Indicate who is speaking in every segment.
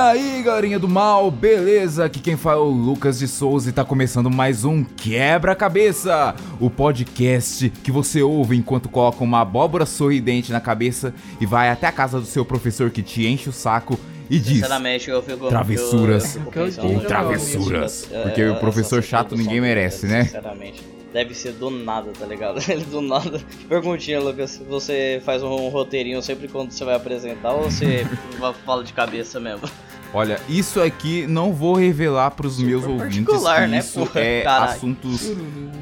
Speaker 1: aí, galerinha do mal, beleza? Aqui quem fala é o Lucas de Souza e tá começando mais um Quebra-Cabeça, o podcast que você ouve enquanto coloca uma abóbora sorridente na cabeça e vai até a casa do seu professor que te enche o saco e diz
Speaker 2: Sinceramente, eu fico.
Speaker 1: Travessuras
Speaker 2: eu- eu fico
Speaker 3: ou
Speaker 2: pensando,
Speaker 1: ou
Speaker 2: eu-
Speaker 1: travessuras.
Speaker 2: eu- eu-
Speaker 1: Porque o
Speaker 2: eu-
Speaker 1: professor
Speaker 2: essa
Speaker 1: chato
Speaker 2: situação,
Speaker 1: ninguém merece, né?
Speaker 2: Sinceramente. Deve ser do nada, tá ligado? Ele do nada. Perguntinha, Lucas, você faz um roteirinho sempre quando você vai apresentar ou você fala de cabeça mesmo?
Speaker 1: Olha, isso aqui não vou revelar pros meus ouvintes.
Speaker 2: particular,
Speaker 1: que
Speaker 2: né,
Speaker 1: Isso
Speaker 2: porra?
Speaker 1: é
Speaker 2: Caralho.
Speaker 1: assuntos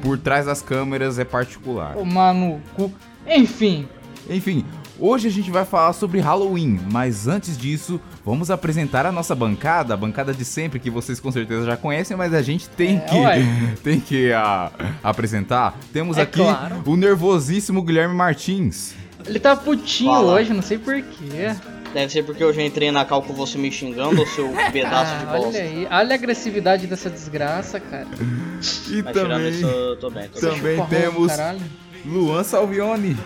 Speaker 1: por trás das câmeras é particular.
Speaker 3: Tomar no cu. Enfim,
Speaker 1: Enfim, hoje a gente vai falar sobre Halloween, mas antes disso, vamos apresentar a nossa bancada, a bancada de sempre que vocês com certeza já conhecem, mas a gente tem
Speaker 3: É, ué.
Speaker 1: que tem que ah, apresentar. Temos
Speaker 3: É
Speaker 1: aqui
Speaker 3: claro.
Speaker 1: o nervosíssimo Guilherme Martins.
Speaker 3: ele tá putinho
Speaker 2: Fala.
Speaker 3: hoje, não sei porquê.
Speaker 2: Deve ser porque eu já entrei na cal com você me xingando, seu pedaço de
Speaker 3: Ah, olha
Speaker 2: bosta.
Speaker 3: aí, olha a agressividade dessa desgraça, cara.
Speaker 1: E
Speaker 2: Mas tirando
Speaker 1: também
Speaker 2: isso, eu tô bem, tô bem.
Speaker 1: também
Speaker 3: Porra,
Speaker 1: temos
Speaker 3: Caralho.
Speaker 1: Luan Salvione.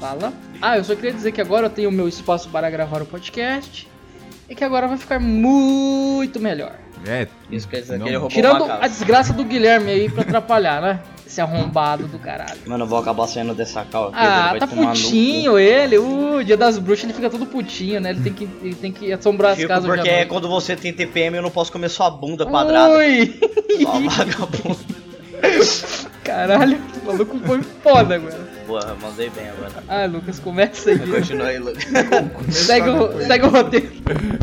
Speaker 3: Fala. Ah, eu só queria dizer que agora eu tenho o meu espaço para gravar o podcast e que agora vai ficar muito melhor.
Speaker 1: É.
Speaker 2: Isso quer dizer que
Speaker 1: não-
Speaker 2: ele roubou
Speaker 3: Tirando
Speaker 2: uma
Speaker 3: a
Speaker 2: casa.
Speaker 3: desgraça do Guilherme aí pra atrapalhar, né? Esse arrombado do caralho.
Speaker 2: Mano, eu vou acabar saindo dessa cal aqui. ele
Speaker 3: Ah,
Speaker 2: vai
Speaker 3: tá
Speaker 2: tomar no cu.
Speaker 3: putinho ele. O dia das bruxas ele fica todo putinho, né? Ele tem que, ele tem que assombrar as
Speaker 2: Fico
Speaker 3: casas hoje à
Speaker 2: porque é
Speaker 3: noite.
Speaker 2: quando você tem TPM eu não posso comer sua bunda quadrada.
Speaker 3: Ui!
Speaker 2: Só vagabundo.
Speaker 3: Caralho, o maluco foi foda agora.
Speaker 2: Boa, mandei bem agora.
Speaker 3: Ah, Lucas, começa aí.
Speaker 2: Continua aí, Lucas.
Speaker 3: Segue o, segue o roteiro.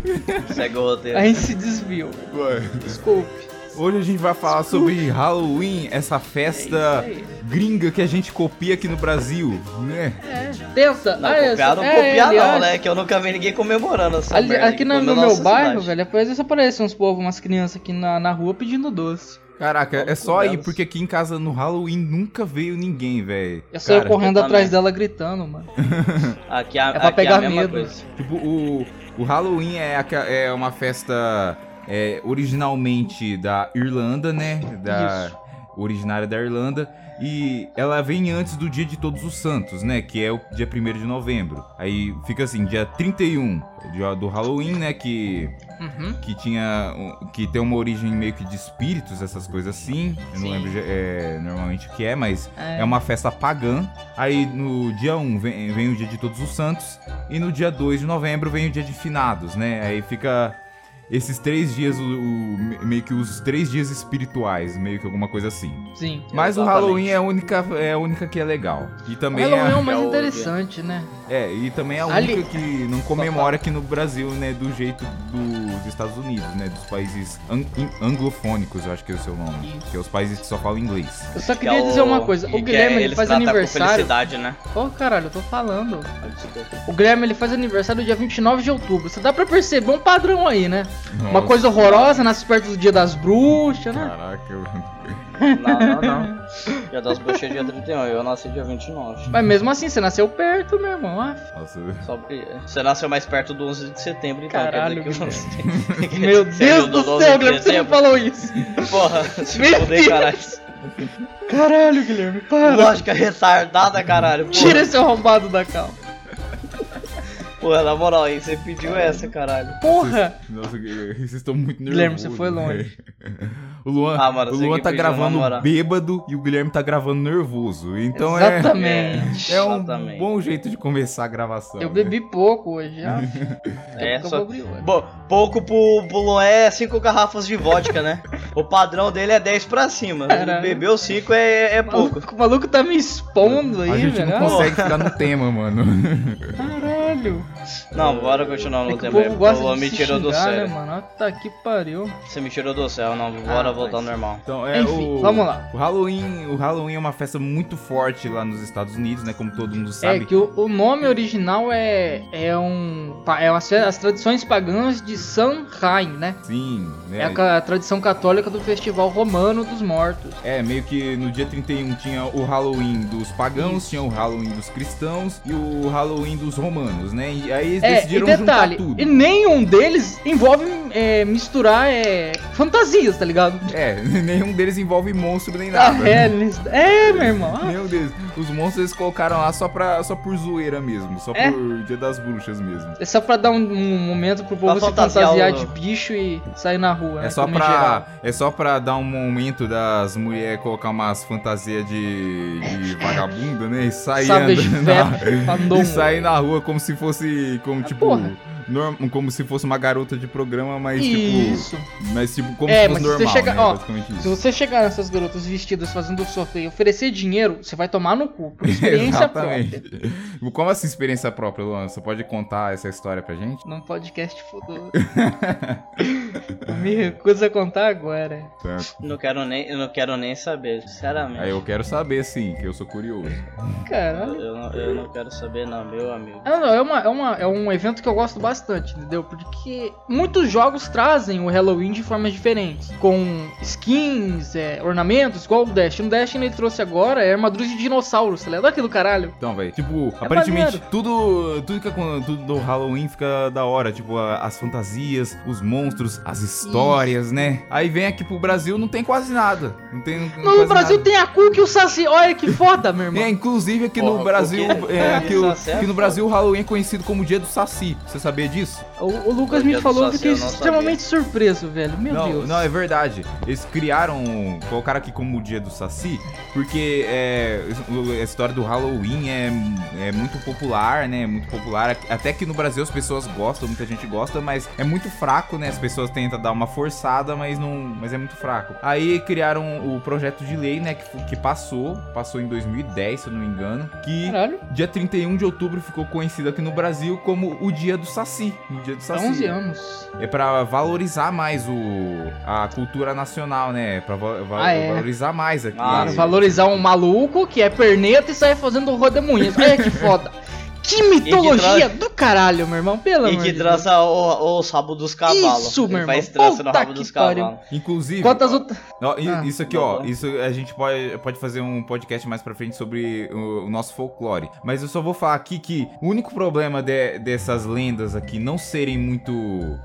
Speaker 2: Segue o roteiro.
Speaker 3: A gente se desviou.
Speaker 1: Ué.
Speaker 3: Desculpe.
Speaker 1: Hoje a gente vai falar sobre Halloween, essa festa
Speaker 3: É isso aí.
Speaker 1: gringa que a gente copia aqui no Brasil, né?
Speaker 3: É, tenta.
Speaker 2: Não,
Speaker 3: Ah, é,
Speaker 2: copiar não,
Speaker 3: é,
Speaker 2: copiar não,
Speaker 3: aliás,
Speaker 2: né? Que eu nunca vi ninguém comemorando essa
Speaker 3: ali-
Speaker 2: merda.
Speaker 3: aqui
Speaker 2: que
Speaker 3: no,
Speaker 2: comeu
Speaker 3: no meu
Speaker 2: nossa
Speaker 3: bairro,
Speaker 2: cidade.
Speaker 3: velho, às vezes aparecem uns povos, umas crianças aqui na, na rua pedindo doce.
Speaker 1: Caraca, é
Speaker 2: Vamos
Speaker 1: só aí,
Speaker 2: delas.
Speaker 1: porque aqui em casa no Halloween nunca veio ninguém, velho.
Speaker 3: É Eu saio
Speaker 1: Cara,
Speaker 3: correndo
Speaker 2: eu
Speaker 3: atrás
Speaker 2: também.
Speaker 3: dela gritando, mano.
Speaker 2: Aqui a,
Speaker 3: É pra
Speaker 2: aqui é
Speaker 3: pegar
Speaker 2: a mesma
Speaker 3: medo.
Speaker 2: coisa.
Speaker 1: Tipo, o, o Halloween é, aqua- é uma festa é, originalmente da Irlanda, né? Da,
Speaker 3: Isso.
Speaker 1: Originária da Irlanda. E ela vem antes do dia de Todos os Santos, né? Que é o dia 1 de novembro. Aí fica assim, dia 31 dia do Halloween, né? Que
Speaker 3: Uhum.
Speaker 1: que tinha um- que tem uma origem meio que de espíritos essas coisas assim eu não
Speaker 3: Sim.
Speaker 1: lembro é, normalmente o que é mas
Speaker 3: É.
Speaker 1: é. uma festa pagã aí no dia 1 vem, vem o dia de todos os santos e no dia 2 de novembro vem o dia de finados né aí fica esses três dias o- o- me- meio que os três dias espirituais meio que alguma coisa assim
Speaker 3: Sim.
Speaker 1: mas o
Speaker 2: Exatamente.
Speaker 1: Halloween é a única é a única que é legal e
Speaker 3: O
Speaker 1: também
Speaker 3: Halloween é o
Speaker 1: é,
Speaker 3: mais
Speaker 2: é o-
Speaker 3: interessante, né?
Speaker 1: é e também é a
Speaker 3: Ali-
Speaker 1: única que não comemora aqui no Brasil, né, do jeito dos Estados Unidos, né, dos países an- in- anglofônicos, eu acho que é o seu nome, que é os países que só falam inglês.
Speaker 3: Eu só
Speaker 2: Que
Speaker 3: queria
Speaker 2: é
Speaker 3: dizer uma coisa.
Speaker 2: que
Speaker 3: O
Speaker 2: é
Speaker 3: Guilherme, ele
Speaker 2: eles
Speaker 3: faz
Speaker 2: tratam com
Speaker 3: aniversário...
Speaker 2: felicidade, né?
Speaker 3: Ô, caralho, eu tô falando. O Guilherme ele faz aniversário dia 29 de outubro. Você dá pra perceber um padrão aí, né? Uma
Speaker 1: Nossa,
Speaker 3: coisa horrorosa nasce perto do dia das bruxas, né?
Speaker 1: Caraca,
Speaker 2: Não, não, não. Dia das bruxas é dia 31, eu nasci dia 29.
Speaker 3: Mas mesmo assim, você nasceu perto, meu irmão. Ah,
Speaker 1: nossa.
Speaker 2: Só porque você nasceu mais perto do 11 de setembro, então
Speaker 3: Caralho,
Speaker 2: quer dizer que você...
Speaker 3: meu
Speaker 2: Você
Speaker 3: Deus
Speaker 2: viu
Speaker 3: do
Speaker 2: do 12
Speaker 3: céu,
Speaker 2: de
Speaker 3: Guilherme, você não
Speaker 2: dezembro?
Speaker 3: falou isso.
Speaker 2: Porra, se
Speaker 3: Meu
Speaker 2: fudei,
Speaker 3: Deus.
Speaker 2: caralho.
Speaker 3: Caralho, Guilherme, para.
Speaker 2: Lógica retardada, caralho. Porra.
Speaker 3: Tira esse arrombado da cal.
Speaker 2: Porra, na moral, aí você pediu essa, caralho.
Speaker 3: Porra.
Speaker 1: Nossa, que- vocês estão muito nervosos.
Speaker 3: Guilherme, você foi longe.
Speaker 1: velho. O Luan,
Speaker 2: Ah, mano,
Speaker 1: o
Speaker 2: você
Speaker 1: Luan
Speaker 2: que
Speaker 1: tá
Speaker 2: pediu, na
Speaker 1: gravando
Speaker 2: moral.
Speaker 1: bêbado e o Guilherme tá gravando nervoso. Então é-
Speaker 3: Exatamente.
Speaker 1: é, um
Speaker 2: Exatamente.
Speaker 1: bom jeito de começar a gravação.
Speaker 3: Eu
Speaker 1: né?
Speaker 3: bebi pouco hoje. Ah,
Speaker 2: É,
Speaker 3: eu
Speaker 2: só-
Speaker 3: vou abrir hoje.
Speaker 2: Bo- pouco pro, pro Lué é 5 garrafas de vodka, né? O padrão dele é 10 pra cima.
Speaker 3: Caralho.
Speaker 2: Ele Bebeu 5 é, é
Speaker 3: O
Speaker 2: pouco.
Speaker 3: maluco, o maluco tá me expondo aí,
Speaker 1: A gente
Speaker 3: velho.
Speaker 1: não consegue ficar no tema, mano.
Speaker 3: Ah, Caralho.
Speaker 2: Não, bora continuar
Speaker 3: É
Speaker 2: no
Speaker 3: que
Speaker 2: tema.
Speaker 3: o
Speaker 2: aí,
Speaker 3: povo
Speaker 2: porque
Speaker 3: gosta
Speaker 2: Luan
Speaker 3: de
Speaker 2: me
Speaker 3: se
Speaker 2: tirou do
Speaker 3: xingar, né,
Speaker 2: céu.
Speaker 3: mano? Ah, tá que pariu.
Speaker 2: Você me tirou do céu, não. Bora
Speaker 3: Ah,
Speaker 2: voltar ao
Speaker 3: mas-
Speaker 2: normal.
Speaker 1: Então é
Speaker 3: Enfim,
Speaker 1: o.
Speaker 3: vamos lá.
Speaker 1: O Halloween, o Halloween é uma festa muito forte lá nos Estados Unidos, né? Como todo mundo
Speaker 3: É
Speaker 1: sabe.
Speaker 3: que o, o nome original é é um pa- é as, as tradições pagãs de Samhain, né?
Speaker 1: Sim,
Speaker 3: É,
Speaker 1: né?
Speaker 3: a, ca- a tradição católica do festival romano dos mortos.
Speaker 1: É, meio que no dia 31 tinha o Halloween dos pagãos, tinha o Halloween dos cristãos e o Halloween dos romanos, né? E aí eles
Speaker 3: É, e
Speaker 1: decidiram
Speaker 3: detalhe,
Speaker 1: juntar tudo.
Speaker 3: e nenhum deles envolve é, misturar é, fantasias, tá ligado?
Speaker 1: É, nenhum deles envolve monstro nem nada.
Speaker 3: É, eles- é, meu irmão. ah,
Speaker 1: Meu Deus, os monstros eles colocaram lá só, pra, só por zoeira mesmo, só
Speaker 3: É.
Speaker 1: por dia das bruxas mesmo.
Speaker 3: É só pra dar um, um momento pro povo
Speaker 2: Pra
Speaker 3: se
Speaker 2: fantasiar
Speaker 3: fantasiar
Speaker 2: o-
Speaker 3: de bicho e sair na rua.
Speaker 1: É
Speaker 3: né,
Speaker 1: só,
Speaker 3: comer geral.
Speaker 1: pra, é só pra dar um momento das mulheres colocar umas fantasias de, de vagabunda, né? E sair
Speaker 3: Savage
Speaker 1: andando
Speaker 3: Vep,
Speaker 1: na,
Speaker 3: né? Fandom.
Speaker 1: e sair na rua como se fosse. Como,
Speaker 3: Ah,
Speaker 1: tipo,
Speaker 3: porra.
Speaker 1: norm- como se fosse uma garota de programa, mas tipo.
Speaker 3: Isso.
Speaker 1: Mas tipo, como
Speaker 3: É,
Speaker 1: se fosse
Speaker 3: mas se você
Speaker 1: normal.
Speaker 3: chega-
Speaker 1: né?
Speaker 3: ó,
Speaker 1: Basicamente
Speaker 3: Se
Speaker 1: isso.
Speaker 3: você chegar nessas garotas vestidas fazendo sorteio e oferecer dinheiro, você vai tomar no cu. Por experiência própria.
Speaker 1: Como assim experiência própria, Luan? Você pode contar essa história pra gente?
Speaker 3: Num podcast futuro. Eu Me recuso a contar agora.
Speaker 1: Tanto.
Speaker 2: Não quero nem, eu não quero nem saber, sinceramente.
Speaker 1: Aí eu quero saber, sim, que eu sou curioso.
Speaker 3: Caralho.
Speaker 2: Eu não, eu não quero saber, não, meu amigo.
Speaker 3: Ah, não, é, uma, é, uma, é um evento que eu gosto bastante, entendeu? Porque muitos jogos trazem o Halloween de formas diferentes. Com skins, é, ornamentos, igual o Destiny. O Destiny ele trouxe agora é armadura de dinossauros, tá ligado? Aquilo, caralho.
Speaker 1: Então, velho, tipo, aparentemente
Speaker 3: maneiro.
Speaker 1: tudo, tudo que acon- tudo do Halloween fica da hora, tipo, a- as fantasias, os monstros, as histórias, né? Aí vem aqui pro Brasil, não tem quase nada. Não tem não tem
Speaker 3: No
Speaker 1: quase
Speaker 3: Brasil
Speaker 1: nada.
Speaker 3: tem a Cook e o Saci. Olha que foda, meu irmão.
Speaker 1: É, inclusive aqui
Speaker 2: Porra,
Speaker 1: no Brasil,
Speaker 2: porque-
Speaker 1: é, aqui, o-
Speaker 2: Saci é
Speaker 1: aqui no
Speaker 2: foda.
Speaker 1: Brasil o Halloween é conhecido como Dia do Saci. Você sabia disso?
Speaker 3: O, o Lucas
Speaker 2: Meu
Speaker 3: me
Speaker 2: Deus
Speaker 3: falou
Speaker 2: do céu,
Speaker 3: que fiquei
Speaker 2: eu não
Speaker 3: extremamente surpreso, velho. Meu
Speaker 1: não,
Speaker 3: Deus.
Speaker 1: não, é verdade. Eles criaram, colocaram aqui como o dia do Saci, porque é, a história do Halloween é, é muito popular, né? Muito popular. Até que no Brasil as pessoas gostam, muita gente gosta, mas é muito fraco, né? As pessoas tentam dar uma forçada, mas não, mas é muito fraco. Aí criaram o projeto de lei, né? Que, fu- que passou, passou em 2010, se eu não me engano, que
Speaker 3: Caralho,
Speaker 1: dia 31 de outubro ficou conhecido aqui no Brasil como o dia do Saci. O dia do
Speaker 3: tá
Speaker 1: Saci.
Speaker 3: 11 anos.
Speaker 1: É pra valorizar mais o a cultura nacional, né? Pra va- va-
Speaker 3: Ah, é.
Speaker 1: valorizar mais aqui.
Speaker 2: Ah,
Speaker 3: Claro, valorizar um maluco que é perneta e sai fazendo rodemunhas. Olha que foda. Que mitologia do caralho, meu irmão. Pelo
Speaker 2: E
Speaker 3: amor
Speaker 2: que
Speaker 3: de
Speaker 2: traça o, os rabos dos cavalos.
Speaker 3: Isso, meu
Speaker 2: Ele Faz
Speaker 3: irmão.
Speaker 2: trança no
Speaker 3: Puta
Speaker 2: rabo
Speaker 3: que
Speaker 2: dos
Speaker 3: pariu.
Speaker 2: cavalos.
Speaker 1: Inclusive,
Speaker 3: Deus. Quantas outras...
Speaker 1: ó, i-
Speaker 3: Ah,
Speaker 1: isso aqui,
Speaker 2: tá
Speaker 1: ó,
Speaker 2: bom.
Speaker 1: isso a gente pode, pode fazer um podcast mais pra frente sobre o, o nosso folclore. Mas eu só vou falar aqui que o único problema de- dessas lendas aqui não serem muito,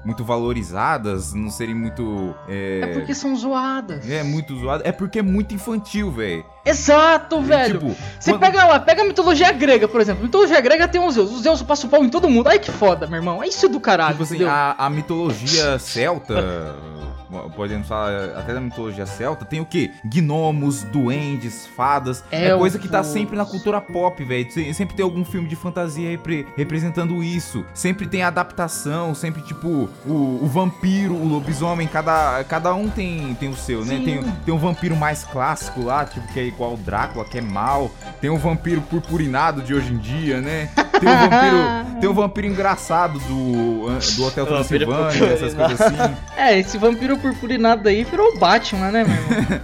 Speaker 1: muito valorizadas, não serem muito, é,
Speaker 3: É porque são zoadas.
Speaker 1: é, muito zoadas, é porque é muito infantil, velho.
Speaker 3: Exato, velho.
Speaker 1: Tipo,
Speaker 3: Você
Speaker 1: quando-
Speaker 3: pega lá, pega a mitologia grega, por exemplo. Mitologia grega tem um Zeus. O Zeus passa o pau em todo mundo. Ai que foda, meu irmão. É isso do caralho,
Speaker 1: Tipo assim,
Speaker 3: entendeu?
Speaker 1: a, a mitologia celta, podemos falar até da mitologia celta, tem o quê? Gnomos, duendes, fadas. É coisa que tá
Speaker 3: Elfos.
Speaker 1: sempre na cultura pop, velho. Se- Sempre tem algum filme de fantasia repre- representando isso. Sempre tem adaptação, sempre tipo o, o vampiro, o lobisomem, cada, cada um tem, tem o seu, né?
Speaker 3: Sim.
Speaker 1: Tem, tem um vampiro mais clássico lá, tipo que é igual o Drácula, que é mal. Tem um vampiro purpurinado de hoje em dia, né? Tem um vampiro, tem um vampiro engraçado do, do Hotel
Speaker 2: O É um vampiro
Speaker 1: Transilvânia, essas coisas assim.
Speaker 3: É, esse vampiro purpurinado aí virou o Batman, né, meu irmão?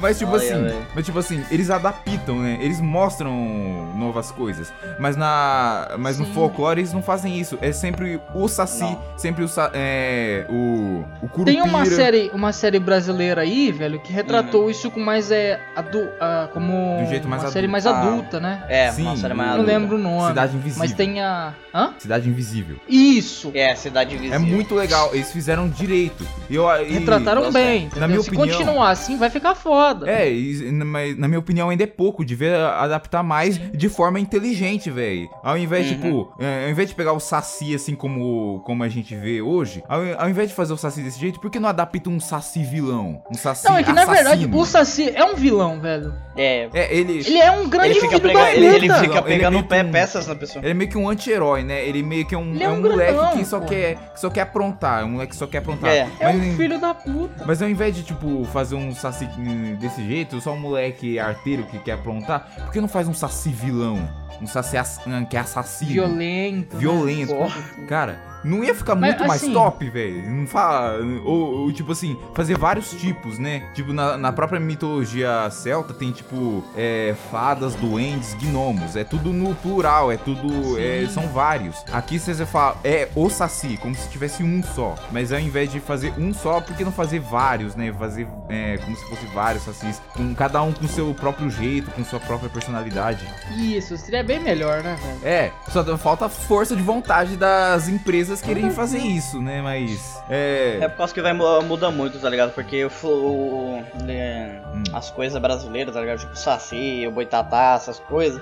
Speaker 1: Mas tipo
Speaker 2: Olha,
Speaker 1: assim,
Speaker 2: velho.
Speaker 1: mas tipo assim, eles adaptam, né? Eles mostram novas coisas, mas na, mas no
Speaker 3: Sim.
Speaker 1: folclore eles não fazem isso. É sempre o saci,
Speaker 2: Não.
Speaker 1: sempre o sa- é, o o curupira.
Speaker 3: Tem uma série, uma série brasileira aí, velho, que retratou isso com mais é adu, ah, como
Speaker 1: De um Hum. jeito mais
Speaker 3: uma série
Speaker 1: adulto.
Speaker 3: mais
Speaker 2: Ah,
Speaker 3: adulta, né?
Speaker 2: É,
Speaker 1: Sim,
Speaker 2: uma série
Speaker 1: eu
Speaker 2: mais
Speaker 3: Não
Speaker 2: adulta.
Speaker 3: lembro o nome.
Speaker 1: Cidade Invisível.
Speaker 3: mas tem a, hã?
Speaker 1: Cidade Invisível.
Speaker 3: Isso.
Speaker 2: É, Cidade Invisível.
Speaker 1: É muito legal, eles fizeram direito. E Eu e-
Speaker 3: Retrataram
Speaker 2: Nossa,
Speaker 3: bem.
Speaker 1: tá na
Speaker 3: entendeu?
Speaker 1: minha
Speaker 3: Se
Speaker 1: opinião-
Speaker 3: continuar assim, vai ficar foda.
Speaker 1: É, e- na- mas na minha opinião ainda é pouco, devia adaptar mais de forma inteligente, velho. Ao invés, de,
Speaker 2: Uhum.
Speaker 1: tipo, é, ao invés de pegar o Saci assim como, como a gente vê hoje, ao, ao invés de fazer o Saci desse jeito, por que não adapta um Saci vilão? Um Saci
Speaker 3: Não, é que na verdade
Speaker 1: assassino?
Speaker 3: o Saci é um vilão, velho.
Speaker 2: É.
Speaker 1: É, ele...
Speaker 3: Ele é um grande
Speaker 2: Ele fica,
Speaker 3: filho
Speaker 2: pega-
Speaker 3: da
Speaker 2: ele, ele
Speaker 3: puta.
Speaker 1: Não, ele é
Speaker 2: fica pegando
Speaker 1: meio que
Speaker 2: pé,
Speaker 1: um-
Speaker 2: peças na pessoa.
Speaker 1: ele é meio que um anti-herói, né? Ele meio que é um,
Speaker 3: Ele
Speaker 1: é
Speaker 3: é
Speaker 1: um,
Speaker 3: um
Speaker 1: moleque
Speaker 3: grandão,
Speaker 1: que só,
Speaker 3: pô.
Speaker 1: quer, que só quer aprontar. É um moleque que só quer aprontar.
Speaker 2: É.
Speaker 3: É
Speaker 1: Mas-
Speaker 3: um filho da puta.
Speaker 1: Mas ao invés de, tipo, fazer um saci hum, desse jeito, só um moleque arteiro que quer aprontar, por que não faz um saci vilão? Um saci ass- hum, que é assassino?
Speaker 3: Violento. né?
Speaker 1: Violento.
Speaker 2: Porra.
Speaker 1: Cara, não ia ficar
Speaker 3: Mas,
Speaker 1: muito mais
Speaker 3: assim-
Speaker 1: top, velho? Não fala. Ou, ou, tipo assim, fazer vários tipos, né? Tipo, na, na própria mitologia celta tem, tipo, é, fadas, duendes, gnomos. É tudo no plural, é tudo. é,
Speaker 3: Sim.
Speaker 1: são vários. Aqui você fala, é o saci, como se tivesse um só. Mas ao invés de fazer um só, por que não fazer vários, né? Fazer é, como se fosse vários sacis, com cada um com seu próprio jeito, com sua própria personalidade.
Speaker 3: Isso, seria bem melhor, né, velho?
Speaker 1: É, só falta força de vontade das empresas empresas
Speaker 3: Uhum.
Speaker 1: querem fazer isso, né? Mas.
Speaker 2: É
Speaker 1: É.
Speaker 2: por causa que vai mu- mudar muito, tá ligado? Porque o, o- o- é,
Speaker 1: Hum.
Speaker 2: as coisas brasileiras, tá ligado? Tipo Saci, o Boitatá, essas coisas,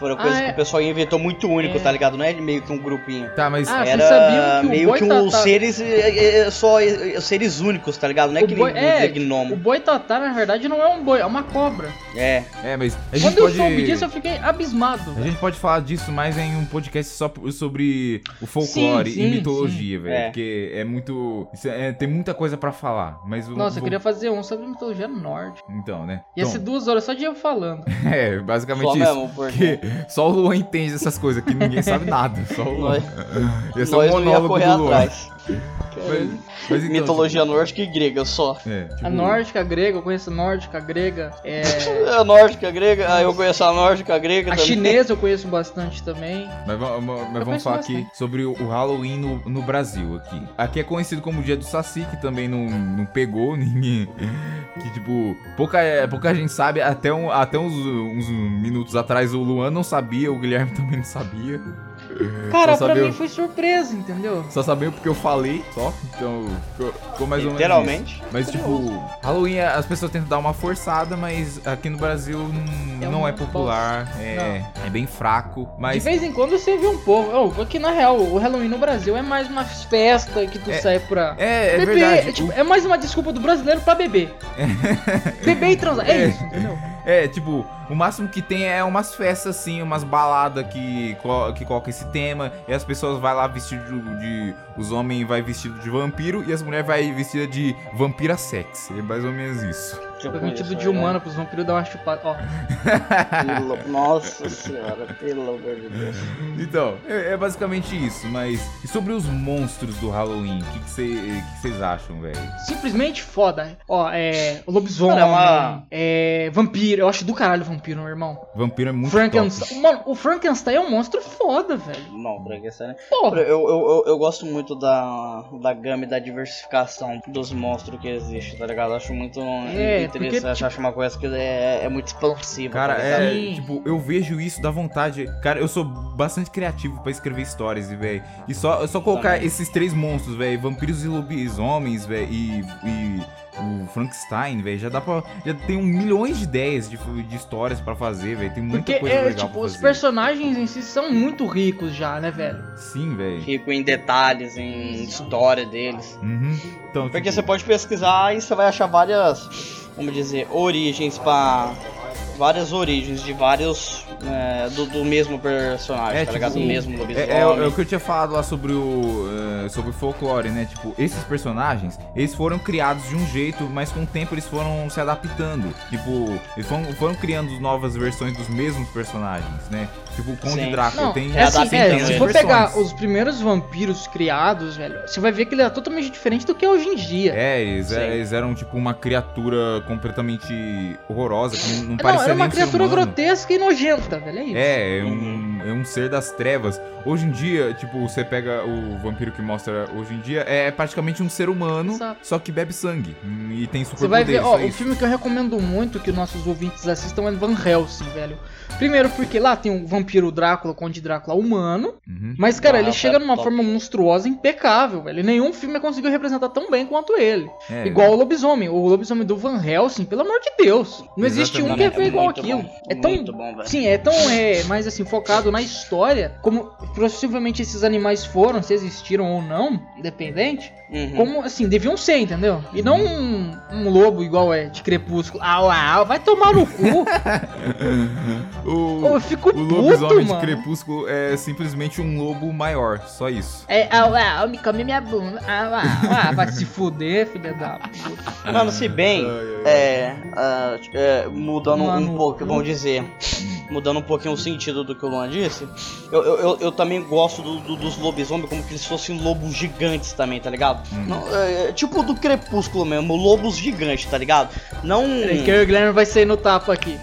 Speaker 2: foram
Speaker 3: Ah,
Speaker 2: coisas
Speaker 3: é.
Speaker 2: que o pessoal inventou muito único,
Speaker 3: É.
Speaker 2: tá ligado? Não é meio que um grupinho.
Speaker 1: Tá, mas.
Speaker 3: Ah, vocês
Speaker 2: Era
Speaker 3: sabiam que o
Speaker 2: meio que um
Speaker 3: Boitatá-
Speaker 2: seres é, é, só é, é, seres únicos, tá ligado? Não é
Speaker 3: O
Speaker 2: que nem
Speaker 3: boi- é,
Speaker 2: é,
Speaker 3: O
Speaker 2: gnomo.
Speaker 3: boi tatá, na verdade, não é um boi, é uma cobra.
Speaker 2: É.
Speaker 1: É, mas. A gente
Speaker 3: Quando eu
Speaker 1: pode.
Speaker 3: soube disso, eu fiquei abismado.
Speaker 1: A gente pode falar disso mais em um podcast só por- sobre o folclore
Speaker 3: Sim,
Speaker 1: e
Speaker 3: sim,
Speaker 1: mitologia, velho.
Speaker 2: É.
Speaker 1: Porque é muito. isso é- tem muita coisa pra falar. Mas eu
Speaker 3: Nossa, eu
Speaker 1: vou-
Speaker 3: queria fazer um sobre mitologia norte.
Speaker 1: Então, né?
Speaker 3: Ia ser
Speaker 1: Bom,
Speaker 3: duas horas só de eu falando.
Speaker 1: É, basicamente
Speaker 2: Só
Speaker 1: isso.
Speaker 2: mesmo, porque
Speaker 1: Porque
Speaker 3: né?
Speaker 1: só o Luan entende essas coisas, que ninguém sabe nada. Só o Luan.
Speaker 2: Nós-
Speaker 1: Esse é
Speaker 2: nós
Speaker 1: o
Speaker 2: não ia
Speaker 1: monólogo
Speaker 2: correr
Speaker 1: do Luan.
Speaker 2: atrás.
Speaker 1: Mas- mas então,
Speaker 2: Mitologia
Speaker 1: tipo,
Speaker 2: nórdica e grega só.
Speaker 1: É, tipo,
Speaker 3: A nórdica, a grega, eu conheço a nórdica, a grega. É...
Speaker 2: A nórdica, a grega, ah, eu conheço a nórdica, a grega
Speaker 3: A
Speaker 2: também.
Speaker 3: chinesa eu conheço bastante também.
Speaker 1: Mas, va- ma- mas
Speaker 3: Eu
Speaker 1: vamos
Speaker 3: conheço
Speaker 1: falar
Speaker 3: bastante.
Speaker 1: aqui sobre o o Halloween no, no Brasil aqui. Aqui é conhecido como o dia do Saci, que também não, não pegou ninguém. Que, tipo, pouca, é, pouca gente sabe, até, um- até uns, uns minutos atrás o Luan não sabia, o Guilherme também não sabia.
Speaker 3: Cara,
Speaker 1: Só
Speaker 3: pra
Speaker 1: sabia-
Speaker 3: mim foi surpresa, entendeu?
Speaker 1: Só sabia porque eu falei, só. Então, ficou- ficou mais ou menos. isso.
Speaker 2: Literalmente.
Speaker 1: Mas, tipo, Halloween as pessoas tentam dar uma forçada, mas aqui no Brasil hum,
Speaker 3: É
Speaker 1: não é
Speaker 3: uma
Speaker 1: popular, é, é bem fraco.
Speaker 3: De
Speaker 1: Mas
Speaker 3: vez em quando você vê um povo. Oh, porque na real, o Halloween no Brasil é mais uma festa que tu
Speaker 1: É-
Speaker 3: sai pra.
Speaker 1: é, é
Speaker 3: beber.
Speaker 1: verdade.
Speaker 3: é, tipo,
Speaker 1: o-
Speaker 3: é mais uma desculpa do brasileiro pra beber. beber e transar. É,
Speaker 1: É.
Speaker 3: isso, entendeu?
Speaker 1: é, tipo, o máximo que tem é umas festas, assim, umas baladas que, colo- que colocam esse tema. E as pessoas vai lá vestido de, de- Os homens vai vestido de vampiro e as mulheres vai vestida de vampira sexy. É mais ou menos isso.
Speaker 2: Tipo,
Speaker 3: Permitido
Speaker 2: isso,
Speaker 3: um de
Speaker 2: é.
Speaker 3: humano pros vampiros dar uma chupada. Ó,
Speaker 2: Pelo- Nossa senhora, pelo amor de Deus.
Speaker 1: Então, é, é basicamente isso. Mas. E sobre os monstros do Halloween? O que vocês acham, velho?
Speaker 3: simplesmente foda. Ó, é. Lobisomem.
Speaker 2: Cara, é uma-
Speaker 3: É. Vampiro. Eu acho do caralho vampiro, meu irmão.
Speaker 1: Vampiro é muito top.
Speaker 3: Frankenstein. Mano, o Frankenstein é um monstro foda, velho.
Speaker 2: Não, Frankenstein.
Speaker 3: Porra.
Speaker 2: Eu, eu, eu, eu gosto muito da, da gama e da diversificação dos monstros que existe, tá ligado? Acho muito
Speaker 3: É, porque,
Speaker 2: interessante,
Speaker 3: tipo-
Speaker 2: acho uma coisa que é, é muito expansiva.
Speaker 1: Cara,
Speaker 2: tá
Speaker 1: é,
Speaker 2: ligado?
Speaker 3: Sim.
Speaker 1: tipo, eu vejo isso da vontade. Cara, eu sou bastante criativo pra escrever stories, velho. E só, só colocar
Speaker 2: Também.
Speaker 1: esses três monstros, velho, vampiros e lobisomens, velho, e, e o Frankenstein, velho, já dá pra. Já tem um milhões de ideias de, de histórias pra fazer, velho. Tem muita
Speaker 3: Porque
Speaker 1: coisa
Speaker 3: é,
Speaker 1: legal
Speaker 3: tipo,
Speaker 1: pra
Speaker 3: os
Speaker 1: fazer.
Speaker 3: personagens em si são muito ricos já, né, velho?
Speaker 1: Sim, velho.
Speaker 2: Rico em detalhes, em história deles.
Speaker 1: Uhum. Então,
Speaker 2: Porque
Speaker 1: tipo,
Speaker 2: você pode pesquisar e você vai achar várias, vamos dizer, origens pra. Várias origens de vários. é, do, do mesmo personagem,
Speaker 1: É,
Speaker 2: tá ligado?
Speaker 1: tipo,
Speaker 2: Do mesmo lobisomem.
Speaker 1: É, é o- é o que eu tinha falado lá sobre o eh, sobre o folclore, né? Tipo, esses personagens, eles foram criados de um jeito, mas com o tempo eles foram se adaptando. Tipo, eles foram, foram criando novas versões dos mesmos personagens, né? Tipo, o Conde
Speaker 2: Sim.
Speaker 1: Drácula
Speaker 3: Não,
Speaker 1: tem
Speaker 3: é assim,
Speaker 2: adapta
Speaker 1: tem
Speaker 2: em
Speaker 3: é,
Speaker 1: três
Speaker 2: também.
Speaker 3: se for
Speaker 1: versões.
Speaker 3: pegar os primeiros vampiros criados, velho, você vai ver que ele é totalmente diferente do que é hoje em dia.
Speaker 1: É, eles,
Speaker 2: Sim.
Speaker 1: eles eram tipo uma criatura completamente horrorosa, que não, não
Speaker 3: não,
Speaker 1: parecia
Speaker 3: era uma
Speaker 1: nem um ser
Speaker 3: criatura
Speaker 1: humano.
Speaker 3: grotesca e nojenta, velho, é isso.
Speaker 1: É, é um, é um ser das trevas. Hoje em dia, tipo, você pega o vampiro que mostra hoje em dia, é praticamente um ser humano,
Speaker 3: Exato.
Speaker 1: só que bebe sangue. Hum, E tem
Speaker 3: Você vai ver,
Speaker 1: superpoderes,
Speaker 3: ó,
Speaker 1: só
Speaker 3: o
Speaker 1: isso.
Speaker 3: filme que eu recomendo muito que nossos ouvintes assistam é Van Helsing, velho. Primeiro porque lá tem um vampiro Drácula, Conde Drácula humano,
Speaker 1: Uhum.
Speaker 3: mas cara, ele
Speaker 2: Nossa,
Speaker 3: chega numa
Speaker 2: top.
Speaker 3: forma monstruosa impecável, velho. Nenhum filme conseguiu representar tão bem quanto ele.
Speaker 1: É,
Speaker 3: Igual o lobisomem. O lobisomem do Van Helsing, pelo amor de Deus. Não existe um
Speaker 1: Exatamente.
Speaker 3: que é feito
Speaker 2: É
Speaker 3: igual
Speaker 2: muito
Speaker 3: aquilo.
Speaker 2: bom.
Speaker 3: É tão.
Speaker 2: Muito bom, velho.
Speaker 3: Sim, é tão é, mais assim, focado na história, como possivelmente esses animais foram, se existiram ou não, independente,
Speaker 2: Uhum.
Speaker 3: como assim, deviam ser, entendeu? E não
Speaker 1: Uhum.
Speaker 3: um, um lobo igual é de crepúsculo. Au, au, vai tomar no cu.
Speaker 1: O,
Speaker 3: Eu fico
Speaker 1: o
Speaker 3: puto,
Speaker 1: lobisomem de
Speaker 3: mano.
Speaker 1: crepúsculo é simplesmente um lobo maior, só isso.
Speaker 3: É, au, au, me come minha bunda. Au, au, au, vai se fuder, filha da puta.
Speaker 2: Mano, se bem, é, ah, tipo, é, mudando
Speaker 3: Mano,
Speaker 2: um pouco,
Speaker 3: eu-
Speaker 2: vamos dizer, mudando um pouquinho o sentido do que o Luan disse, eu, eu, eu- eu também gosto do- do- dos lobisomens como que eles fossem lobos gigantes também, tá ligado? Não, é, é, tipo do crepúsculo mesmo, lobos gigantes, tá ligado? Não.
Speaker 3: Peraí, que eu e o Guilherme vai sair no tapa aqui.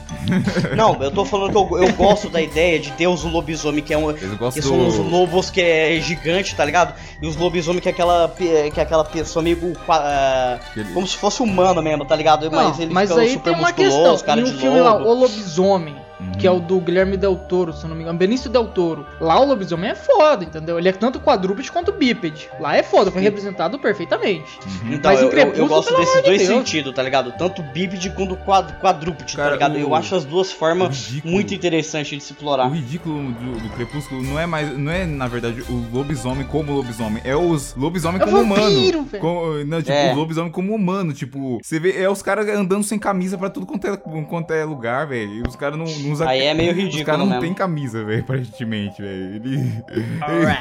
Speaker 2: Não, eu tô falando que eu, eu gosto da ideia de Deus o lobisomem, que é um.
Speaker 1: Eles
Speaker 2: Que
Speaker 1: gostam
Speaker 2: são os
Speaker 1: do...
Speaker 2: lobos que é gigante, tá ligado? E os lobisomens que é aquela, pe- que é aquela pessoa meio. ah,
Speaker 1: Aquele-
Speaker 2: como se fosse humano mesmo, tá ligado?
Speaker 3: Não,
Speaker 2: mas ele
Speaker 3: mas
Speaker 2: fica
Speaker 3: aí
Speaker 2: super
Speaker 3: tem uma
Speaker 2: musculoso,
Speaker 3: questão.
Speaker 2: cara
Speaker 3: E
Speaker 2: de
Speaker 3: o filme lá,
Speaker 2: lobo.
Speaker 3: O Lobisomem, que
Speaker 1: Uhum.
Speaker 3: é o do Guilherme Del Toro, se eu não me engano, Benício Del Toro. Lá o lobisomem é foda, entendeu? Ele é tanto quadrúpede quanto bípede. Lá é foda, foi
Speaker 2: Sim.
Speaker 3: representado perfeitamente.
Speaker 1: Uhum.
Speaker 2: Então,
Speaker 3: Mas em
Speaker 2: eu, eu, eu
Speaker 3: Crepúsculo,
Speaker 2: gosto
Speaker 3: pelo
Speaker 2: desses
Speaker 3: amor de
Speaker 2: dois
Speaker 3: Deus.
Speaker 2: sentidos, tá ligado? Tanto bípede quanto quad, quadrúpede,
Speaker 1: Cara,
Speaker 2: tá ligado?
Speaker 1: o-
Speaker 2: Eu acho as duas
Speaker 1: O
Speaker 2: formas
Speaker 1: ridículo-
Speaker 2: muito interessantes de se
Speaker 1: O
Speaker 2: explorar.
Speaker 1: ridículo do, do Crepúsculo não é mais. Não é, na verdade, o lobisomem como lobisomem. É os lobisomem
Speaker 3: É
Speaker 2: um
Speaker 1: como
Speaker 3: vampiro,
Speaker 1: humano.
Speaker 3: velho.
Speaker 1: Com, não, tipo,
Speaker 2: É.
Speaker 1: os lobisomem como humano. Tipo, você vê. É os caras andando sem camisa pra tudo quanto é, quanto é lugar, velho. E os caras não, não usam.
Speaker 2: Aí é meio
Speaker 1: um, Os
Speaker 2: ridículo
Speaker 1: caras não
Speaker 2: mesmo.
Speaker 1: têm camisa, velho, aparentemente, velho. Ele.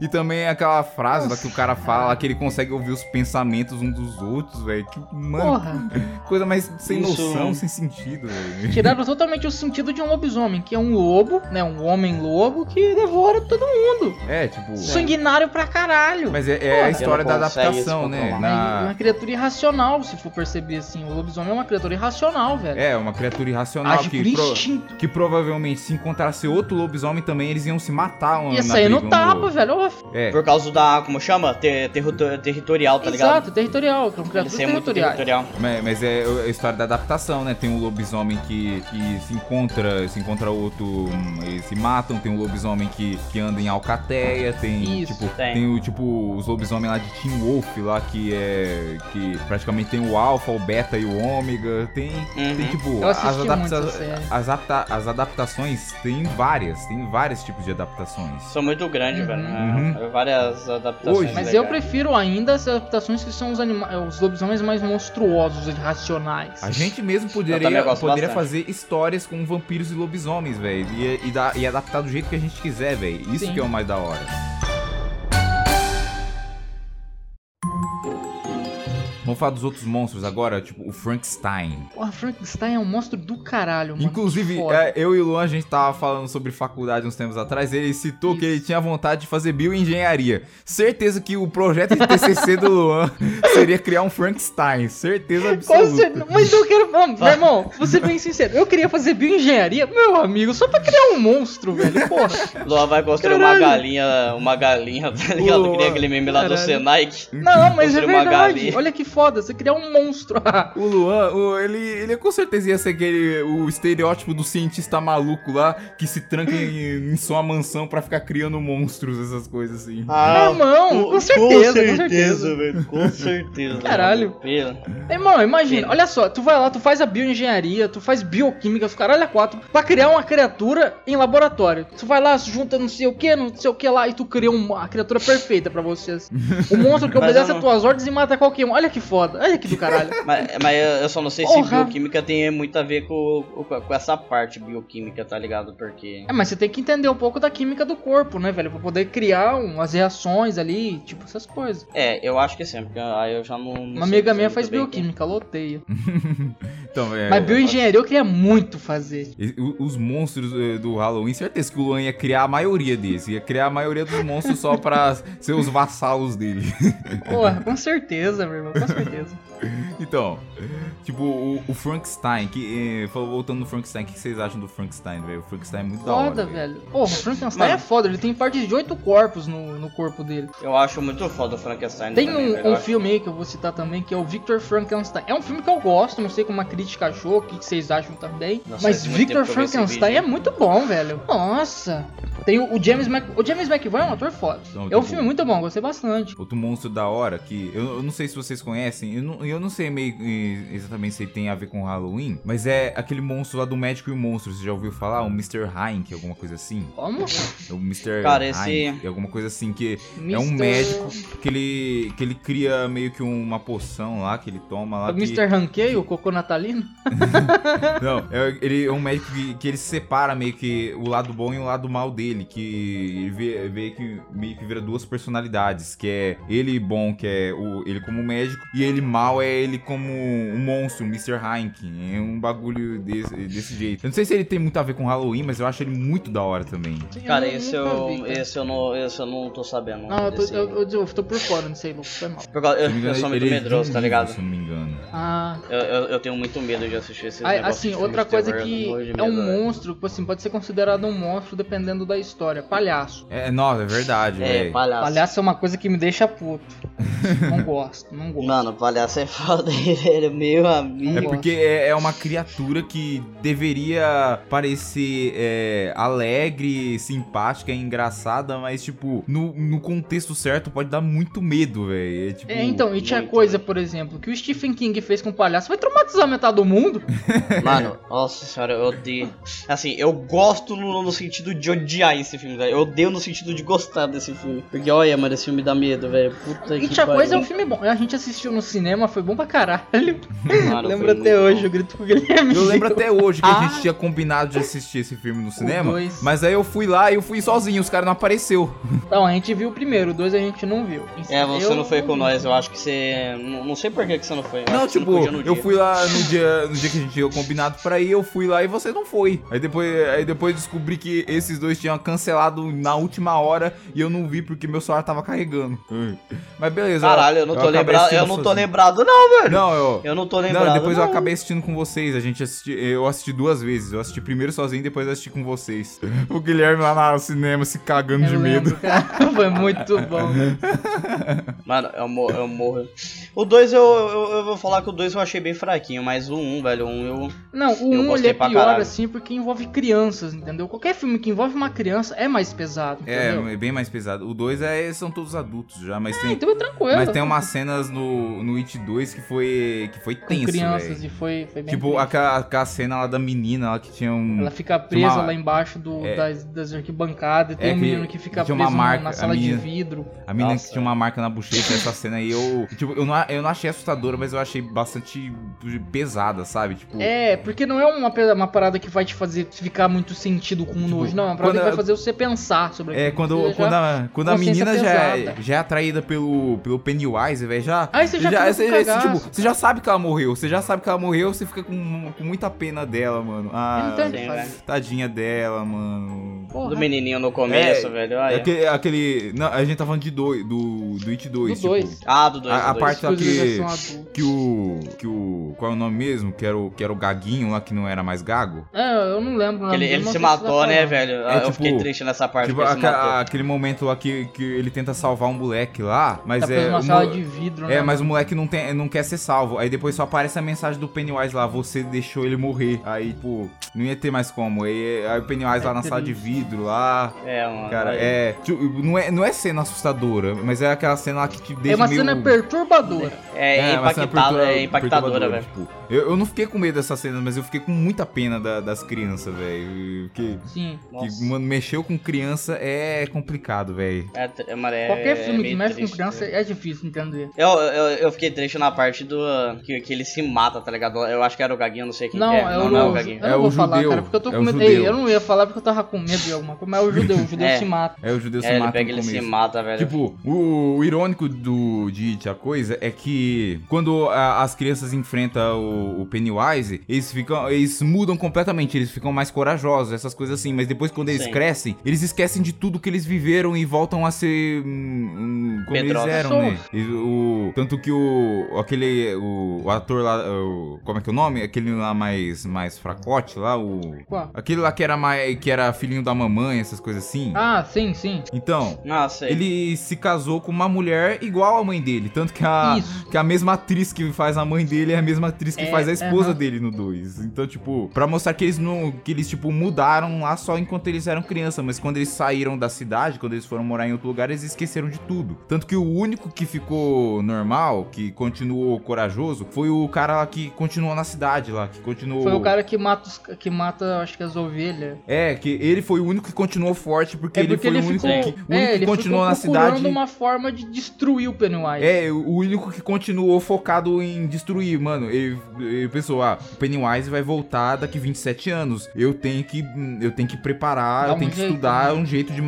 Speaker 1: e também é aquela frase lá que o cara fala lá que ele consegue ouvir os pensamentos um dos outros, velho. Que, mano,
Speaker 3: Porra.
Speaker 1: coisa mais sem
Speaker 2: Isso.
Speaker 1: noção, sem sentido, velho.
Speaker 3: Tiraram totalmente o sentido de um lobisomem, que é um lobo, né? Um homem lobo que devora todo mundo.
Speaker 1: É, tipo.
Speaker 3: Sanguinário pra caralho.
Speaker 1: Mas é, é a
Speaker 3: Pô,
Speaker 1: história
Speaker 2: ela
Speaker 1: da
Speaker 2: consegue
Speaker 1: adaptação,
Speaker 2: se
Speaker 1: né?
Speaker 2: controlar.
Speaker 3: Mas
Speaker 1: Na-
Speaker 3: Uma criatura irracional, se for perceber assim. O lobisomem é uma criatura irracional, velho.
Speaker 1: É, uma criatura irracional
Speaker 3: né? Age por
Speaker 1: que, pro-
Speaker 3: instinto.
Speaker 1: que provavelmente se encontrasse outro lobisomem também, eles iam se matar. um-
Speaker 3: Ia
Speaker 1: na
Speaker 3: sair
Speaker 1: briga
Speaker 3: no
Speaker 1: um
Speaker 3: tapa,
Speaker 1: do outro.
Speaker 3: velho.
Speaker 2: Tá
Speaker 3: Ó,
Speaker 1: É,
Speaker 2: Por causa da, como chama? Ter- territo- territorial, tá ligado?
Speaker 3: Exato, territorial, que é um criatura
Speaker 2: Ele é muito
Speaker 3: territorial.
Speaker 2: territorial.
Speaker 1: ma- mas é a história da adaptação, né? Tem um lobisomem que, que se encontra, se encontra outro, hum, eles se matam. Tem um lobisomem que, que anda em alcateia. Tem,
Speaker 3: Isso,
Speaker 1: tipo,
Speaker 2: tem.
Speaker 1: o, tipo, os lobisomem lá de Team Wolf lá, que é... Que praticamente tem o alfa, o beta e o ômega. Tem, tem
Speaker 2: Uhum.
Speaker 1: tipo,
Speaker 3: Eu
Speaker 1: as,
Speaker 3: assisti muito
Speaker 1: adapta-
Speaker 3: essa série.
Speaker 1: as, apta- as adaptações tem várias, tem vários tipos de adaptações.
Speaker 2: São muito grandes,
Speaker 3: Uhum.
Speaker 2: velho. né?
Speaker 1: Uhum.
Speaker 2: Várias adaptações.
Speaker 1: Hoje.
Speaker 3: Mas
Speaker 2: legais.
Speaker 3: eu prefiro ainda as adaptações que são os, anima- é, os lobisomens mais monstruosos, irracionais.
Speaker 1: A gente mesmo
Speaker 2: também
Speaker 1: poderia,
Speaker 2: gosto
Speaker 1: poderia
Speaker 2: bastante.
Speaker 1: fazer histórias com vampiros e lobisomens, velho. E, e, da- e adaptar do jeito que a gente quiser, velho. Isso
Speaker 3: Sim.
Speaker 1: que é o mais da hora. Vamos falar dos outros monstros agora, tipo o Frankenstein.
Speaker 3: Porra, Frankenstein é um monstro do caralho, mano.
Speaker 1: Inclusive,
Speaker 3: Que foda.
Speaker 1: é, eu e o Luan, a gente tava falando sobre faculdade uns tempos atrás, ele citou que ele tinha vontade de fazer bioengenharia. Certeza que o projeto de TCC do Luan seria criar um Frankenstein, certeza
Speaker 3: Com
Speaker 1: absoluta.
Speaker 3: certeza. Mas eu quero. Vamos,
Speaker 2: Ah.
Speaker 3: meu irmão, vou ser bem sincero. Eu queria fazer bioengenharia, meu amigo, só pra criar um monstro, velho. Porra.
Speaker 2: Lua vai construir
Speaker 3: Caralho.
Speaker 2: uma galinha, uma galinha, tá ligado?
Speaker 1: Lua.
Speaker 2: Que nem aquele meme lá do
Speaker 3: Caralho.
Speaker 2: Senai.
Speaker 3: Não, mas é
Speaker 2: Construir uma
Speaker 3: verdade.
Speaker 2: galinha.
Speaker 3: Olha que foda, você criar um monstro.
Speaker 1: O Luan, o- ele, ele com certeza ia ser aquele, o estereótipo do cientista maluco lá, que se tranca em, em sua mansão pra ficar criando monstros, essas coisas assim.
Speaker 2: Ah,
Speaker 3: Meu irmão, com, certeza, com certeza.
Speaker 2: velho. Com certeza.
Speaker 3: Caralho.
Speaker 2: Pelo-
Speaker 3: Irmão, imagina,
Speaker 2: Sim.
Speaker 3: olha só, tu vai lá, tu faz a bioengenharia, tu faz bioquímica, os caralho a quatro, pra criar uma criatura em laboratório. Tu vai lá, junta não sei o que, não sei o que lá, e tu cria uma a criatura perfeita pra vocês. O monstro que
Speaker 2: Mas
Speaker 3: obedece
Speaker 2: eu
Speaker 3: às
Speaker 2: não-
Speaker 3: tuas ordens e mata qualquer um. Olha que foda, olha que do caralho.
Speaker 2: Mas, mas eu eu só não sei se
Speaker 3: Porra.
Speaker 2: bioquímica tem muito a ver com, com, com essa parte bioquímica, tá ligado? Porque.
Speaker 3: É, mas você tem que entender um pouco da química do corpo, né, velho? Pra poder criar umas reações ali, tipo essas coisas.
Speaker 2: É, eu acho que sim, porque aí eu já não. não
Speaker 3: Uma
Speaker 2: sei
Speaker 3: amiga minha
Speaker 2: muito
Speaker 3: faz
Speaker 2: bem
Speaker 3: bioquímica, ela odeia.
Speaker 1: Então, é,
Speaker 3: Mas bioengenharia eu queria muito fazer.
Speaker 1: E- o- Os monstros eh, do Halloween, certeza que o Luan ia criar a maioria deles. Ia criar a maioria dos monstros só pra ser os vassalos dele.
Speaker 3: Porra, com certeza, meu irmão, com certeza.
Speaker 1: Então, tipo, o, o Frankenstein, que. eh, falou- voltando no Frankenstein, o que vocês acham do Frankenstein, velho? O Frankenstein é muito da hora.
Speaker 3: Foda, velho. Porra, o Frankenstein
Speaker 2: Mano.
Speaker 3: é foda, ele tem parte de oito corpos no, no corpo dele.
Speaker 2: Eu acho muito foda o Frankenstein.
Speaker 3: Tem
Speaker 2: também, velho,
Speaker 3: um,
Speaker 2: eu
Speaker 3: um
Speaker 2: acho.
Speaker 3: filme aí que eu vou citar também, que é o Victor Frankenstein. É um filme que eu gosto, não sei como a crítica achou, o que que vocês acham também.
Speaker 2: Nossa,
Speaker 3: mas
Speaker 2: faz muito
Speaker 3: Victor
Speaker 2: tempo que eu vi esse
Speaker 3: Frankenstein é
Speaker 2: vídeo.
Speaker 3: muito bom, velho. Nossa. Tem o, o James Mc... O James McAvoy é um ator foda.
Speaker 1: Então,
Speaker 3: é um
Speaker 1: tipo-
Speaker 3: filme muito bom, gostei bastante.
Speaker 1: Outro monstro da hora que eu, eu não sei se vocês conhecem, eu não, eu não sei meio eh, exatamente se tem a ver com Halloween, mas é aquele monstro lá do Médico e o Monstro, você já ouviu falar? O Mr. Heinck, alguma coisa assim?
Speaker 3: Como?
Speaker 1: O Mr.
Speaker 2: Cara, esse-
Speaker 1: Heinck, alguma coisa assim que É um
Speaker 3: Mr.
Speaker 1: médico que ele, que ele cria meio que uma poção lá que ele toma lá.
Speaker 3: É O
Speaker 1: que-
Speaker 3: Mr. Hankey, o cocô natalino?
Speaker 1: Não, é, ele é um médico que, que ele separa meio que o lado bom e o lado mal dele. Que ele vê, vê que meio que vira duas personalidades. Que é ele bom, que é o, ele como médico, e ele mal é ele como um monstro, um Mr. Heineken. É um bagulho desse, desse jeito. Eu não sei se ele tem muito a ver com Halloween, mas eu acho ele muito da hora também.
Speaker 2: Cara,
Speaker 3: Eu
Speaker 2: esse
Speaker 3: nunca
Speaker 2: eu,
Speaker 3: vi, cara.
Speaker 2: esse, é eu não, esse eu não tô sabendo.
Speaker 3: Não, eu tô,
Speaker 2: desse-
Speaker 3: eu, eu- eu tô por fora, não sei, Lucas, foi mal.
Speaker 2: Por causa-
Speaker 1: Se
Speaker 2: eu,
Speaker 1: não me
Speaker 2: eu
Speaker 1: engano,
Speaker 2: sou muito
Speaker 1: ele é de um
Speaker 2: medroso, tá
Speaker 1: livro,
Speaker 2: ligado?
Speaker 1: Se eu não me engano.
Speaker 3: Ah,
Speaker 2: Eu, eu, eu tenho muito medo de assistir esses
Speaker 3: Ah,
Speaker 2: negócios
Speaker 3: assim,
Speaker 2: de
Speaker 3: outra
Speaker 2: filmes de terror,
Speaker 3: coisa que
Speaker 2: eu morro de
Speaker 3: é um
Speaker 2: medo, velho.
Speaker 3: monstro, tipo assim, pode ser considerado um monstro dependendo da história. Palhaço.
Speaker 1: É, nossa, é verdade,
Speaker 2: É,
Speaker 1: velho.
Speaker 2: palhaço.
Speaker 3: Palhaço é uma coisa que me deixa puto. não gosto, não gosto.
Speaker 2: Mano, palhaço é foda, velho, meu
Speaker 3: Um
Speaker 2: amigo.
Speaker 1: É porque é, é uma criatura que deveria parecer é, alegre, simpática, engraçada, mas, tipo, no, no contexto certo pode dar muito medo, velho. É, tipo,
Speaker 3: É, então, e tinha
Speaker 2: muito,
Speaker 3: coisa, por exemplo, que o Stephen King fez com o palhaço, vai traumatizar metade do mundo.
Speaker 2: Mano, nossa senhora, eu odeio. Assim, eu gosto no, no sentido de odiar esse filme, velho. Eu odeio no sentido de gostar desse filme. Porque, olha, mano, esse filme dá medo, velho. Puta
Speaker 3: E
Speaker 2: que
Speaker 3: tinha
Speaker 2: pariu.
Speaker 3: coisa, é um filme bom. A gente assistiu no cinema, foi bom pra caralho.
Speaker 2: Mano,
Speaker 3: Lembro
Speaker 2: foi muito
Speaker 3: até
Speaker 2: bom.
Speaker 3: hoje, o grito com o Guilherme.
Speaker 1: Eu lembro até hoje que a
Speaker 2: Ah.
Speaker 1: gente tinha combinado de assistir esse filme no cinema,
Speaker 3: dois.
Speaker 1: mas aí eu fui lá e eu fui sozinho, os caras não apareceu.
Speaker 3: Não, a gente viu o primeiro, o dois a gente não viu.
Speaker 2: É, você
Speaker 3: Eu
Speaker 2: não foi com
Speaker 3: vi.
Speaker 2: nós, eu acho que você. Não, não sei por que, que você não foi. eu acho
Speaker 1: Não,
Speaker 2: que você
Speaker 1: tipo,
Speaker 2: podia no
Speaker 1: eu
Speaker 2: dia.
Speaker 1: fui lá no dia, no dia que a gente tinha combinado pra ir, eu fui lá e você não foi. Aí depois, aí depois descobri que esses dois tinham cancelado na última hora e eu não vi porque meu celular tava carregando. Mas beleza.
Speaker 2: Hum. Caralho, eu não tô
Speaker 1: acabei
Speaker 2: lembrado.
Speaker 1: assistindo
Speaker 2: Eu não tô
Speaker 1: sozinho.
Speaker 2: lembrado, não, velho.
Speaker 1: Não, eu.
Speaker 2: Eu não tô
Speaker 1: Não,
Speaker 2: lembrado.
Speaker 1: depois eu
Speaker 2: não.
Speaker 1: acabei assistindo com vocês. A gente assisti, eu assisti duas vezes. Eu assisti primeiro sozinho, depois eu assisti com vocês. O Guilherme lá no cinema se cagando de
Speaker 3: Eu lembro,
Speaker 1: medo.
Speaker 3: cara. Foi muito bom.
Speaker 2: Mano, eu, mo eu morro. O 2 eu, eu, eu vou falar que o 2 eu achei bem fraquinho, mas o 1, um, velho, o 1 um, eu.
Speaker 3: Não, o 1 ele
Speaker 2: gostei
Speaker 3: é
Speaker 2: pra
Speaker 3: pior
Speaker 2: caralho.
Speaker 3: assim porque envolve crianças, entendeu? Qualquer filme que envolve uma criança é mais pesado,
Speaker 1: É,
Speaker 3: entendeu?
Speaker 1: é bem mais pesado. O dois é, são todos adultos já, mas tem.
Speaker 3: Então é tranquilo.
Speaker 1: Mas tem umas cenas no, no It 2 que foi, que foi
Speaker 3: com
Speaker 1: tenso,
Speaker 3: crianças
Speaker 1: velho.
Speaker 3: e foi, foi bem
Speaker 1: Tipo,
Speaker 3: triste.
Speaker 1: aquela, aquela cena lá da menina lá que tinha um...
Speaker 3: Ela fica presa
Speaker 1: uma-
Speaker 3: lá embaixo do,
Speaker 1: é.
Speaker 3: das, das arquibancadas, tem
Speaker 1: É
Speaker 3: um
Speaker 1: que-
Speaker 3: menino que fica
Speaker 1: tinha uma
Speaker 3: preso na-
Speaker 1: marca, a
Speaker 3: na sala de
Speaker 1: menina-
Speaker 3: vidro.
Speaker 1: A menina
Speaker 2: Nossa.
Speaker 1: que tinha uma marca na bochecha, essa cena aí, eu... Tipo, eu não, eu não achei assustadora, mas eu achei bastante pesada, sabe? Tipo...
Speaker 3: É, porque não é uma, pe- uma parada que vai te fazer ficar muito sentido com o
Speaker 1: Tipo,
Speaker 3: nojo, não. É uma parada
Speaker 1: quando
Speaker 3: que vai
Speaker 1: a-
Speaker 3: fazer você pensar sobre
Speaker 1: É,
Speaker 3: aquilo,
Speaker 1: quando,
Speaker 3: você já-
Speaker 1: quando a, quando a
Speaker 3: consciência
Speaker 1: menina já é,
Speaker 3: pesada.
Speaker 1: já é atraída pelo, pelo Pennywise, velho, já...
Speaker 3: Aí você já, fica
Speaker 1: você,
Speaker 3: com
Speaker 1: já-
Speaker 3: cagaço.
Speaker 1: tipo, você já sabe que ela morreu, você já sabe que ela morreu, você fica com, com muita pena dela, mano. Ah,
Speaker 3: Ele não tem o
Speaker 2: sim,
Speaker 3: que fazer.
Speaker 1: tadinha dela, mano.
Speaker 3: Porra.
Speaker 2: Do menininho no começo,
Speaker 1: É,
Speaker 2: velho.
Speaker 3: Ah,
Speaker 2: olha.
Speaker 1: É aquele, aquele- Não, a gente tá falando de dois, do, do It 2.
Speaker 3: Do
Speaker 1: tipo,
Speaker 3: dois. assim,
Speaker 2: Ah, do 2.
Speaker 1: a- a parte- só que-
Speaker 3: Inclusive, já são adultos.
Speaker 1: Que o. Que o. Qual é o nome mesmo? Que era o, que era o Gaguinho lá que não era mais gago.
Speaker 3: É, eu não lembro. o nome
Speaker 2: Ele,
Speaker 3: dele,
Speaker 2: ele
Speaker 3: mas
Speaker 2: se
Speaker 3: eu sei o que você
Speaker 2: matou,
Speaker 3: tá
Speaker 2: né,
Speaker 3: falando.
Speaker 2: velho?
Speaker 1: É,
Speaker 2: eu
Speaker 1: tipo-
Speaker 2: fiquei triste nessa parte
Speaker 1: Tipo,
Speaker 3: é
Speaker 2: que ele se
Speaker 1: aca-
Speaker 2: matou.
Speaker 1: aquele momento lá que, que ele tenta salvar um moleque lá, mas
Speaker 3: Tá preso
Speaker 1: é.
Speaker 3: numa
Speaker 1: o
Speaker 3: sala
Speaker 1: mo-
Speaker 3: de vidro, né?
Speaker 1: É, mas o moleque não, tem, não quer ser salvo. Aí depois só aparece a mensagem do Pennywise lá, você deixou ele morrer. Aí, pô, não ia ter mais como. Aí, aí o Pennywise
Speaker 3: É
Speaker 1: lá na sala de vidro lá.
Speaker 2: É, mano.
Speaker 1: Cara,
Speaker 2: olha.
Speaker 1: é, tipo, não é. Não é cena assustadora, mas é aquela cena lá que te deixa
Speaker 3: É uma
Speaker 1: meio...
Speaker 3: cena perturbadora.
Speaker 2: É,
Speaker 1: É, uma cena
Speaker 2: impactada,
Speaker 1: perturba-
Speaker 2: é impactadora,
Speaker 1: perturbadora,
Speaker 2: velho.
Speaker 1: tipo. eu, eu não fiquei com medo dessa cena, mas eu fiquei com muita pena da- das crianças, velho. Que,
Speaker 3: Sim.
Speaker 2: Nossa.
Speaker 1: que, mano, mexeu com criança é complicado, velho.
Speaker 2: É, tr- é, mano, é-
Speaker 3: Qualquer
Speaker 2: é
Speaker 3: filme que
Speaker 2: meio
Speaker 3: mexe com
Speaker 2: triste,
Speaker 3: criança
Speaker 2: velho.
Speaker 3: é difícil entender.
Speaker 2: Eu, eu, eu fiquei triste na parte do. Que, que ele se mata, tá ligado? Eu acho que era o Gaguinho, não sei quem
Speaker 3: Não,
Speaker 2: que é.
Speaker 3: eu
Speaker 2: não,
Speaker 3: não,
Speaker 2: não é o
Speaker 3: eu
Speaker 2: Gaguinho.
Speaker 3: não
Speaker 1: É o
Speaker 3: vou falar,
Speaker 1: judeu,
Speaker 3: cara, porque eu tô
Speaker 1: é
Speaker 3: com
Speaker 1: o
Speaker 3: medo.
Speaker 1: judeu.
Speaker 3: Ei, eu não ia falar porque eu tava com medo de alguma coisa, mas é o judeu, o judeu
Speaker 2: É.
Speaker 3: se mata.
Speaker 1: Aí o judeu se
Speaker 2: É, ele
Speaker 1: mata
Speaker 2: pega
Speaker 1: no
Speaker 2: ele se
Speaker 1: começo.
Speaker 2: mata, velho.
Speaker 1: Tipo, o, o irônico do de It, a coisa é que quando a- as crianças enfrentam o, o Pennywise, eles ficam, eles mudam completamente, eles ficam mais corajosos, essas coisas assim. Mas depois quando eles
Speaker 2: Sim.
Speaker 1: crescem, eles esquecem de tudo que eles viveram e voltam a ser hum, hum, como
Speaker 2: Medrosos.
Speaker 1: eles eram, né? E o tanto que o aquele o, o ator lá, o- como é que é o nome? Aquele lá mais mais fracote lá, o
Speaker 3: Qual?
Speaker 1: aquele lá que era mais que era filhinho da mamãe, essas coisas assim.
Speaker 3: Ah, sim, sim.
Speaker 1: Então,
Speaker 2: Nossa, ele.
Speaker 1: ele se casou com uma mulher igual à mãe dele. Tanto que a,
Speaker 3: Isso.
Speaker 1: que a mesma atriz que faz a mãe dele é a mesma atriz que
Speaker 3: É,
Speaker 1: faz a esposa
Speaker 3: aham.
Speaker 1: dele no 2. Então, tipo, pra mostrar que eles não. que eles, tipo, mudaram lá só enquanto eles eram criança. Mas quando eles saíram da cidade, quando eles foram morar em outro lugar, eles esqueceram de tudo. Tanto que o único que ficou normal, que continuou corajoso, foi o cara lá que continuou na cidade lá, que continuou.
Speaker 3: Foi o cara que mata, os- que mata acho que as ovelhas.
Speaker 1: É, que ele foi o único que continuou forte, porque,
Speaker 3: é porque
Speaker 1: ele
Speaker 3: ele,
Speaker 1: foi o único
Speaker 3: ficou,
Speaker 1: que, o único
Speaker 3: é,
Speaker 1: que
Speaker 3: ele
Speaker 1: continuou na
Speaker 3: ficou procurando
Speaker 1: cidade.
Speaker 3: uma forma de destruir o Pennywise.
Speaker 1: É, o único que continuou focado em destruir, mano. Ele, ele pensou, ah, o Pennywise vai voltar daqui 27 anos. Eu tenho que, eu tenho que preparar,
Speaker 3: Dá
Speaker 1: eu
Speaker 3: um
Speaker 1: tenho que
Speaker 3: jeito,
Speaker 1: estudar
Speaker 3: né?
Speaker 1: um jeito de,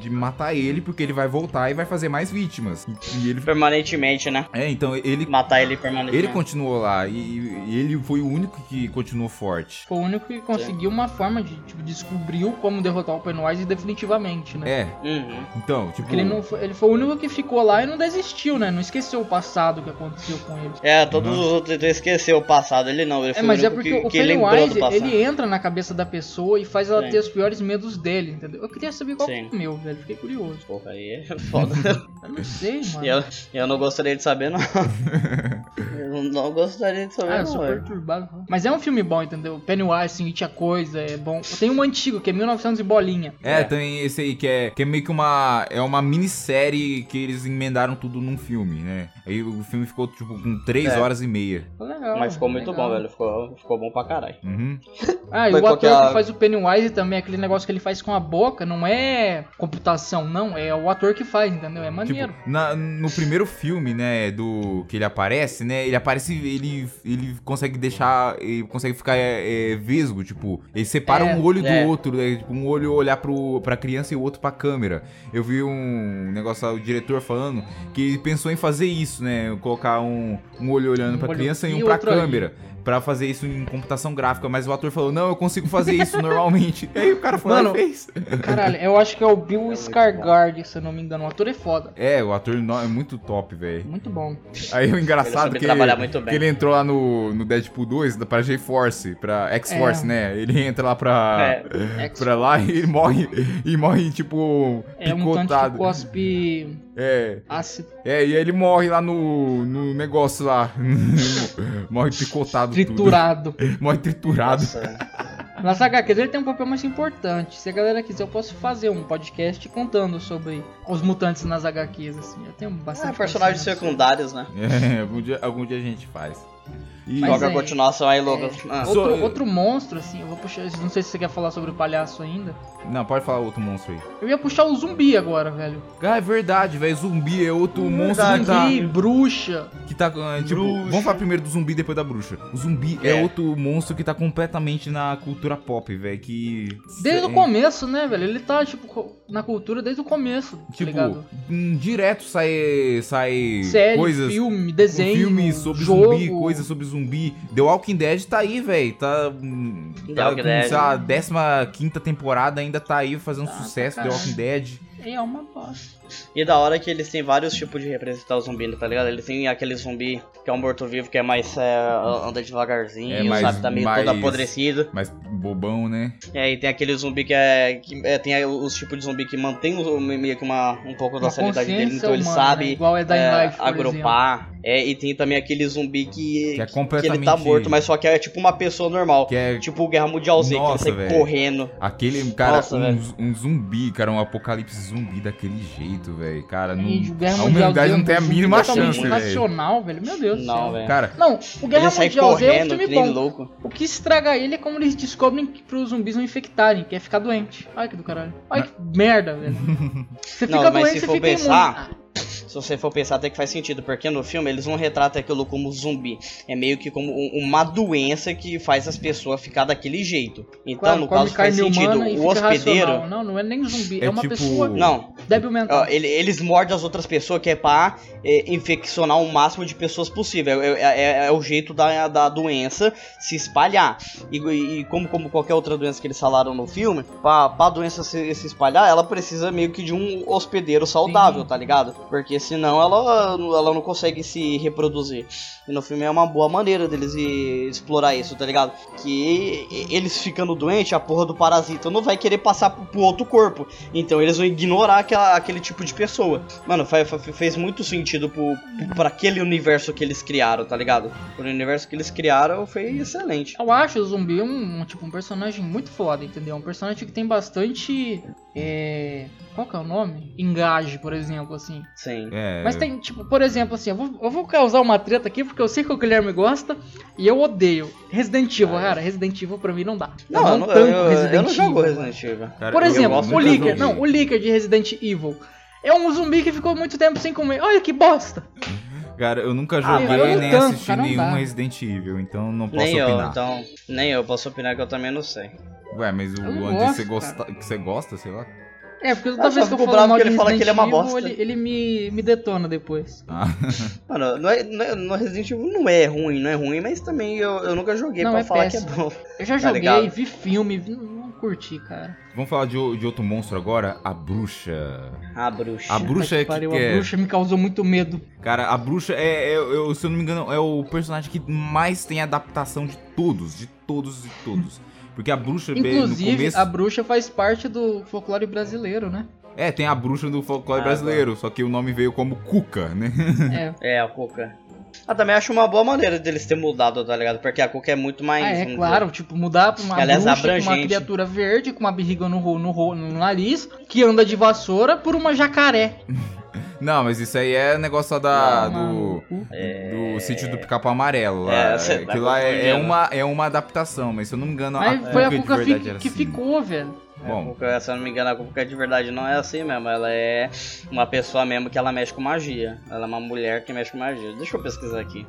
Speaker 1: de matar ele, porque ele vai voltar e vai fazer mais vítimas. E, e ele...
Speaker 2: Permanentemente, né?
Speaker 1: É, então ele,
Speaker 2: Matar ele permanentemente.
Speaker 1: ele continuou lá e, e ele foi o único que continuou forte.
Speaker 3: Foi o único que conseguiu uma forma de, tipo, descobriu como derrotar o Pennywise definitivamente, né?
Speaker 1: É,
Speaker 2: Uhum.
Speaker 1: então, tipo...
Speaker 3: Porque ele, não foi, ele foi o único que ficou lá e não desistiu, né? Não esqueceu o passado que aconteceu com ele.
Speaker 2: É, todos
Speaker 1: Uhum.
Speaker 2: os outros ele esqueceu o passado, ele não, ele
Speaker 3: É,
Speaker 2: foi
Speaker 3: mas
Speaker 2: o
Speaker 3: é
Speaker 2: único
Speaker 3: porque
Speaker 2: que,
Speaker 3: o
Speaker 2: que lembrou do
Speaker 3: Pennywise,
Speaker 2: passado.
Speaker 3: ele entra na cabeça da pessoa e faz ela
Speaker 2: Sim.
Speaker 3: ter os piores medos dele, entendeu? Eu queria saber qual
Speaker 2: Sim.
Speaker 3: que é o meu, velho. Fiquei curioso.
Speaker 2: Porra, aí é foda.
Speaker 3: Eu não sei, mano.
Speaker 2: eu, eu não gostaria de saber, não. Eu não gostaria de saber,
Speaker 3: Ah, eu
Speaker 2: não,
Speaker 3: sou
Speaker 2: velho.
Speaker 3: perturbado. Mas é um filme bom, entendeu? Pennywise, assim, tinha coisa, é bom. Tem um antigo, que é 1900 e bolinha.
Speaker 1: É, tem esse aí que é, que é meio que uma. É uma minissérie que eles emendaram tudo num filme, né? Aí o filme ficou, tipo, com 3
Speaker 2: É.
Speaker 1: horas e meia.
Speaker 3: Legal,
Speaker 2: Mas ficou muito
Speaker 3: legal.
Speaker 2: bom, velho. Ficou, ficou bom pra caralho.
Speaker 1: Uhum.
Speaker 3: Ah, e
Speaker 2: Foi
Speaker 3: o ator
Speaker 2: qualquer-
Speaker 3: que faz o Pennywise também, aquele negócio que ele faz com a boca, não é computação, não. É o ator que faz, entendeu? É maneiro.
Speaker 1: Tipo, na- no primeiro filme, né, do que ele aparece, né, ele aparece, ele, ele consegue deixar, ele consegue ficar é, é, vesgo, tipo, ele separa
Speaker 3: É,
Speaker 1: um olho
Speaker 2: é.
Speaker 1: do outro, né, tipo, um olho olhar pro, pra criança e o outro pra câmera. Eu vi um negócio, lá, o diretor falando que ele pensou em fazer isso, né, colocar um, um olho olhando
Speaker 3: Um
Speaker 1: pra
Speaker 3: olho
Speaker 1: criança e
Speaker 3: aqui,
Speaker 1: um pra
Speaker 3: outro ali.
Speaker 1: câmera. Pra fazer isso em computação gráfica, mas o ator falou: Não, eu consigo fazer isso normalmente. E aí o cara foi lá e
Speaker 3: Mano,
Speaker 1: fez.
Speaker 3: Caralho, eu acho que é o Bill
Speaker 2: muito
Speaker 3: Skarsgård, se eu não me engano. O ator é foda.
Speaker 1: É, o ator no- é muito top, velho.
Speaker 3: Muito bom.
Speaker 1: Aí o
Speaker 2: Ele
Speaker 1: engraçado é
Speaker 2: soube
Speaker 1: que,
Speaker 2: trabalhar muito bem.
Speaker 1: que ele entrou lá no, no Deadpool 2 da- pra G-Force, pra X-Force,
Speaker 3: É.
Speaker 1: né? Ele entra lá pra,
Speaker 2: É.
Speaker 1: pra lá e ele morre, e morre tipo,
Speaker 3: É um tanto que
Speaker 1: picotado.
Speaker 3: cospe
Speaker 1: É,
Speaker 3: ácido.
Speaker 1: é, e aí ele morre lá no, no negócio lá. morre picotado
Speaker 3: Triturado.
Speaker 1: tudo. Morre triturado.
Speaker 2: Nossa.
Speaker 3: Nas HQs ele tem um papel mais importante. Se a galera quiser, eu posso fazer um podcast contando sobre os mutantes nas HQs, assim. Eu tenho bastante.
Speaker 2: Ah, personagens
Speaker 3: conhecimento.
Speaker 2: secundários, né?
Speaker 1: É, algum dia, algum dia a gente faz. E-
Speaker 3: Mas
Speaker 2: Logo
Speaker 3: é.
Speaker 2: a continuação aí, Lucas. Ah.
Speaker 1: Só- é.
Speaker 3: Outro, outro monstro, assim, eu vou puxar. Não sei se você quer falar sobre o palhaço ainda.
Speaker 1: Não, pode falar outro monstro aí.
Speaker 3: Eu ia puxar o zumbi agora, velho.
Speaker 1: Ah, é verdade, velho. Zumbi é outro monstro que tá-
Speaker 3: Zumbi, bruxa.
Speaker 1: que tá ah, tipo,
Speaker 2: Bruxa.
Speaker 1: vamos falar primeiro do zumbi depois da bruxa. O zumbi é,
Speaker 2: É.
Speaker 1: outro monstro que tá completamente na cultura pop, velho, que
Speaker 3: Desde
Speaker 1: é,
Speaker 3: o começo, né, velho? Ele tá, tipo, co- na cultura desde o começo, tá
Speaker 1: tipo,
Speaker 3: ligado?
Speaker 1: hum, direto sai sai
Speaker 3: Série,
Speaker 1: coisas um
Speaker 3: filme, desenho,
Speaker 1: filme sobre
Speaker 3: jogo.
Speaker 1: zumbi, coisas sobre zumbi. The Walking Dead tá aí, velho. Tá, hum,
Speaker 2: The
Speaker 1: tá
Speaker 2: Walking
Speaker 1: com, sei
Speaker 2: Dead.
Speaker 1: lá, 15 temporada ainda tá aí fazendo
Speaker 3: Ah,
Speaker 1: sucesso. The
Speaker 3: caralho.
Speaker 1: Walking Dead.
Speaker 3: É uma bosta.
Speaker 2: E da hora que eles têm vários tipos de representar o zumbi, tá ligado? Ele tem aquele zumbi que é um morto-vivo, que é mais. é, anda devagarzinho,
Speaker 1: É, mais-
Speaker 2: sabe? Tá meio todo
Speaker 1: mais-
Speaker 2: apodrecido.
Speaker 1: Mas bobão, né?
Speaker 2: E aí tem aquele zumbi que é. Que, é, tem aí os tipos de zumbi que mantém o, meio que uma, um pouco da
Speaker 3: Uma
Speaker 2: sanidade dele,
Speaker 3: consciência
Speaker 2: então ele
Speaker 3: humana, né?
Speaker 2: sabe.
Speaker 3: Igual é Dying
Speaker 2: é,
Speaker 3: Life, por
Speaker 2: agrupar. É, e tem também aquele zumbi que.
Speaker 1: Que é
Speaker 2: que
Speaker 1: completamente
Speaker 2: ele tá morto, mas só que é tipo uma pessoa normal.
Speaker 1: que é
Speaker 2: Tipo o Guerra Mundial Z,
Speaker 1: Nossa,
Speaker 2: que ele sai
Speaker 1: velho.
Speaker 2: correndo.
Speaker 1: Aquele, cara,
Speaker 2: Nossa,
Speaker 1: um,
Speaker 2: velho.
Speaker 1: z- um zumbi, cara, um apocalipse zumbi daquele jeito, velho. Cara, não,
Speaker 3: Gente, o Guerra
Speaker 1: a
Speaker 3: Mundial
Speaker 1: humanidade
Speaker 3: Z é um
Speaker 1: não tem a
Speaker 3: zumbi
Speaker 1: mínima
Speaker 3: totalmente
Speaker 1: chance, velho.
Speaker 3: racional, velho. Meu Deus do
Speaker 2: Não,
Speaker 3: céu.
Speaker 2: velho.
Speaker 1: Cara,
Speaker 3: Não, o Guerra
Speaker 2: ele sai
Speaker 3: Mundial Z é um
Speaker 2: correndo,
Speaker 3: filme
Speaker 2: que nem
Speaker 3: bom.
Speaker 2: louco.
Speaker 3: O que estraga ele é como eles descobrem que pros zumbis não infectarem, que é ficar doente. Ai que do caralho. Ai que merda, velho. Você
Speaker 2: Não,
Speaker 3: fica
Speaker 2: mas
Speaker 3: doente,
Speaker 2: se
Speaker 3: você
Speaker 2: for
Speaker 3: fica
Speaker 2: pensar,
Speaker 3: imune.
Speaker 2: Se você for pensar, até que faz sentido, porque no filme eles não retratam aquilo como zumbi. É meio que como um- uma doença que faz as pessoas ficar daquele jeito. Então,
Speaker 3: Claro,
Speaker 2: no
Speaker 3: come
Speaker 2: caso, faz
Speaker 3: carne
Speaker 2: sentido.
Speaker 3: humana e
Speaker 2: O
Speaker 3: fica
Speaker 2: hospedeiro.
Speaker 3: racional. Não, não é nem zumbi, é,
Speaker 1: É
Speaker 3: uma
Speaker 1: tipo-
Speaker 3: pessoa
Speaker 2: Não,
Speaker 3: débil
Speaker 2: ó,
Speaker 3: mental.
Speaker 2: ele- eles mordem as outras pessoas que é pra é, infeccionar o máximo de pessoas possível. É, é- é- é o jeito da, da doença se espalhar. E, e- e como, como qualquer outra doença que eles falaram no filme, pra, pra doença se, se espalhar, ela precisa meio que de um hospedeiro saudável,
Speaker 3: Sim.
Speaker 2: tá ligado? Porque senão ela, ela não consegue se reproduzir. E no filme é uma boa maneira deles e- explorar isso, tá ligado? Que e- eles ficando doente, a porra do parasita não vai querer passar pro pro outro corpo. Então eles vão ignorar aquela- aquele tipo de pessoa. Mano, fa- fa- fez muito sentido pro, pro- pra aquele universo que eles criaram, tá ligado? O universo que eles criaram foi excelente.
Speaker 3: Eu acho o zumbi um, um, tipo, um personagem muito foda, entendeu? Um personagem que tem bastante. é, Qual que é o nome? Engaje, por exemplo, assim.
Speaker 2: Sim.
Speaker 1: é.
Speaker 3: Mas tem, tipo, por exemplo, assim, eu vou, eu vou causar uma treta aqui porque eu sei que o Guilherme gosta e eu odeio. Resident Evil, cara, Resident Evil pra mim não dá.
Speaker 2: É. Não, eu, não, eu,
Speaker 3: tanco
Speaker 2: eu, eu não jogo
Speaker 3: Evil.
Speaker 2: Resident Evil.
Speaker 1: cara,
Speaker 3: Por
Speaker 1: eu
Speaker 3: exemplo,
Speaker 1: gosto
Speaker 3: o
Speaker 1: muito de
Speaker 3: Licker.
Speaker 1: zumbi.
Speaker 3: Não, o Licker de Resident Evil. É um zumbi que ficou muito tempo sem comer. Olha que bosta.
Speaker 1: Cara, eu nunca
Speaker 2: Ah,
Speaker 1: joguei
Speaker 2: eu não
Speaker 1: nem
Speaker 3: tanto,
Speaker 1: assisti
Speaker 3: cara, não
Speaker 1: nenhum
Speaker 3: dá.
Speaker 1: Resident Evil, então não posso
Speaker 2: Nem eu,
Speaker 1: opinar.
Speaker 2: então. Nem eu posso opinar que eu também não sei.
Speaker 1: Ué, mas o
Speaker 3: Eu não
Speaker 1: Andy
Speaker 3: gosto,
Speaker 1: você gosta,
Speaker 3: cara.
Speaker 1: que você gosta, sei lá.
Speaker 3: É, porque
Speaker 2: Ah,
Speaker 3: toda
Speaker 2: só
Speaker 3: vez que eu
Speaker 2: ficou
Speaker 3: falo
Speaker 2: bravo
Speaker 3: mal
Speaker 2: que
Speaker 3: de
Speaker 2: ele fala que ele é uma
Speaker 3: Resident
Speaker 2: bosta.
Speaker 3: Evil, ele, ele me, me detona depois.
Speaker 1: Ah,
Speaker 2: Mano, não é, não é- no Resident Evil não é ruim, não é ruim, mas também eu, eu nunca joguei
Speaker 3: Não,
Speaker 2: pra
Speaker 3: é
Speaker 2: falar que é
Speaker 3: péssimo.
Speaker 2: bom.
Speaker 3: Eu já
Speaker 2: Tá
Speaker 3: joguei,
Speaker 2: ligado?
Speaker 3: vi filme, vi, não, não curti, cara.
Speaker 1: vamos falar de, o- de outro monstro agora, a bruxa.
Speaker 2: Ah, bruxa.
Speaker 1: A bruxa
Speaker 3: Puta
Speaker 1: é
Speaker 3: que pariu,
Speaker 1: que
Speaker 3: a
Speaker 1: é-
Speaker 3: bruxa me causou muito medo.
Speaker 1: Cara, a bruxa é, é- eu- se eu não me engano, é o personagem que mais tem adaptação de todos, de todos, de todos. Porque a bruxa bem,
Speaker 3: Inclusive,
Speaker 1: no começo.
Speaker 3: a bruxa faz parte do folclore brasileiro, né?
Speaker 1: É, tem a bruxa do folclore
Speaker 2: Ah,
Speaker 1: brasileiro, só que o nome veio como Cuca, né?
Speaker 3: é.
Speaker 2: É, a Cuca. Eu também acho uma boa maneira deles ter mudado, tá ligado? Porque a Cuca é muito mais.
Speaker 3: Ah, é
Speaker 2: vamos
Speaker 3: claro, tipo, mudar pra uma
Speaker 2: Aliás,
Speaker 3: bruxa, pra uma
Speaker 2: abrangente.
Speaker 3: criatura verde com uma barriga no, ro- no, ro- no nariz que anda de vassoura por uma jacaré.
Speaker 1: Não, mas isso aí é negócio só da,
Speaker 3: Toma
Speaker 1: do,
Speaker 3: no cu.
Speaker 1: do sítio do pica-pau amarelo. Lá.
Speaker 2: É, você
Speaker 1: É,
Speaker 2: tá
Speaker 1: que lá é, é
Speaker 2: confundindo.
Speaker 1: uma, é uma adaptação, mas se eu não me engano,
Speaker 3: Aí foi
Speaker 1: Cuca
Speaker 3: a
Speaker 1: de
Speaker 3: Cuca
Speaker 1: verdade
Speaker 3: fi-
Speaker 1: era
Speaker 3: que
Speaker 1: assim.
Speaker 3: ficou, né? velho.
Speaker 2: É,
Speaker 1: Bom,
Speaker 2: Cuca, se eu não me engano, a Cuca de verdade não é assim mesmo. Ela é uma pessoa mesmo que ela mexe com magia. Ela é uma mulher que mexe com magia. Deixa eu pesquisar aqui.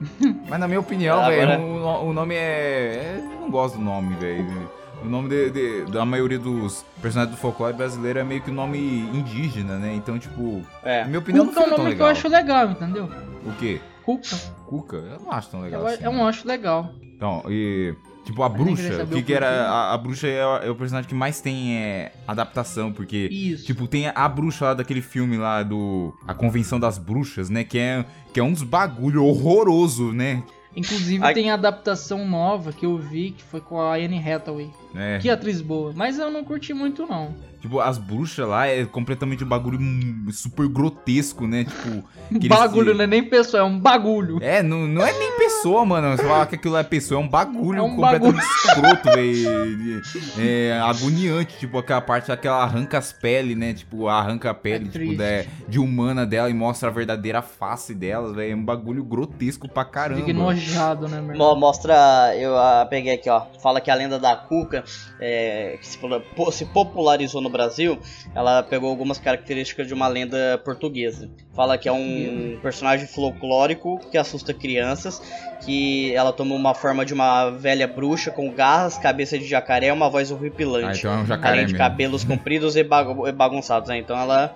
Speaker 1: mas na minha opinião,
Speaker 2: Ah, Agora-
Speaker 1: velho, o, no- o nome é, é- Eu não gosto do nome, velho. O nome de- de- da maioria dos personagens do folclore brasileiro é meio que nome indígena, né? Então, tipo,
Speaker 2: É.
Speaker 1: na minha opinião, não
Speaker 3: Cuca é um
Speaker 1: fica tão
Speaker 3: nome que eu
Speaker 1: legal.
Speaker 3: acho legal, entendeu?
Speaker 1: O quê?
Speaker 3: Cuca.
Speaker 1: Cuca? Eu não acho tão legal
Speaker 3: Eu,
Speaker 1: assim.
Speaker 3: eu acho legal.
Speaker 1: Então, e. Tipo, a
Speaker 3: Mas ninguém
Speaker 1: bruxa.
Speaker 3: vai
Speaker 1: O
Speaker 3: saber
Speaker 1: que,
Speaker 3: o
Speaker 1: que
Speaker 3: porquê.
Speaker 1: era. A, a bruxa é, é o personagem que mais tem é, adaptação, porque.
Speaker 3: Isso.
Speaker 1: Tipo, tem a bruxa lá daquele filme lá do. A Convenção das Bruxas, né? Que é, que é uns bagulho horroroso, né?
Speaker 3: Inclusive
Speaker 2: Ai.
Speaker 3: tem a adaptação nova que eu vi, que foi com a Anne Hathaway.
Speaker 1: É,
Speaker 3: Que atriz boa, mas eu não curti muito não.
Speaker 1: Tipo, as bruxas lá é completamente um bagulho hum, super grotesco, né? Tipo. que eles-
Speaker 3: bagulho, não é nem pessoa, é um bagulho.
Speaker 1: É, não, não é nem pessoa, mano. Você fala que aquilo é pessoa, é um bagulho
Speaker 3: É um
Speaker 1: completamente escroto, velho. É agoniante, tipo, aquela parte lá que ela arranca as peles, né? Tipo, arranca a pele
Speaker 3: É
Speaker 1: tipo,
Speaker 3: triste.
Speaker 1: da- de humana dela e mostra a verdadeira face delas, velho. É um bagulho grotesco pra
Speaker 3: Fiquei
Speaker 1: caramba.
Speaker 3: nojado, né, meu irmão?
Speaker 2: Mo- Mostra, eu ah, peguei aqui, ó. Fala que a lenda da Cuca, é, que se, pola- po- se popularizou no Brasil, ela pegou algumas características de uma lenda portuguesa. Fala que é um personagem folclórico que assusta crianças, que ela toma uma forma de uma velha bruxa com garras, cabeça de jacaré e uma voz
Speaker 1: Ah,
Speaker 2: horripilante.
Speaker 1: então é um jacaré
Speaker 2: Além de
Speaker 1: mesmo.
Speaker 2: cabelos compridos e bagu- e bagunçados, né? Então ela.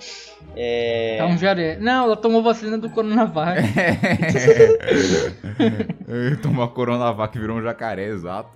Speaker 2: É...
Speaker 3: É um jaré. Não, ela tomou vacina do coronavírus.
Speaker 1: É, Tomou a coronavac e virou um jacaré, exato.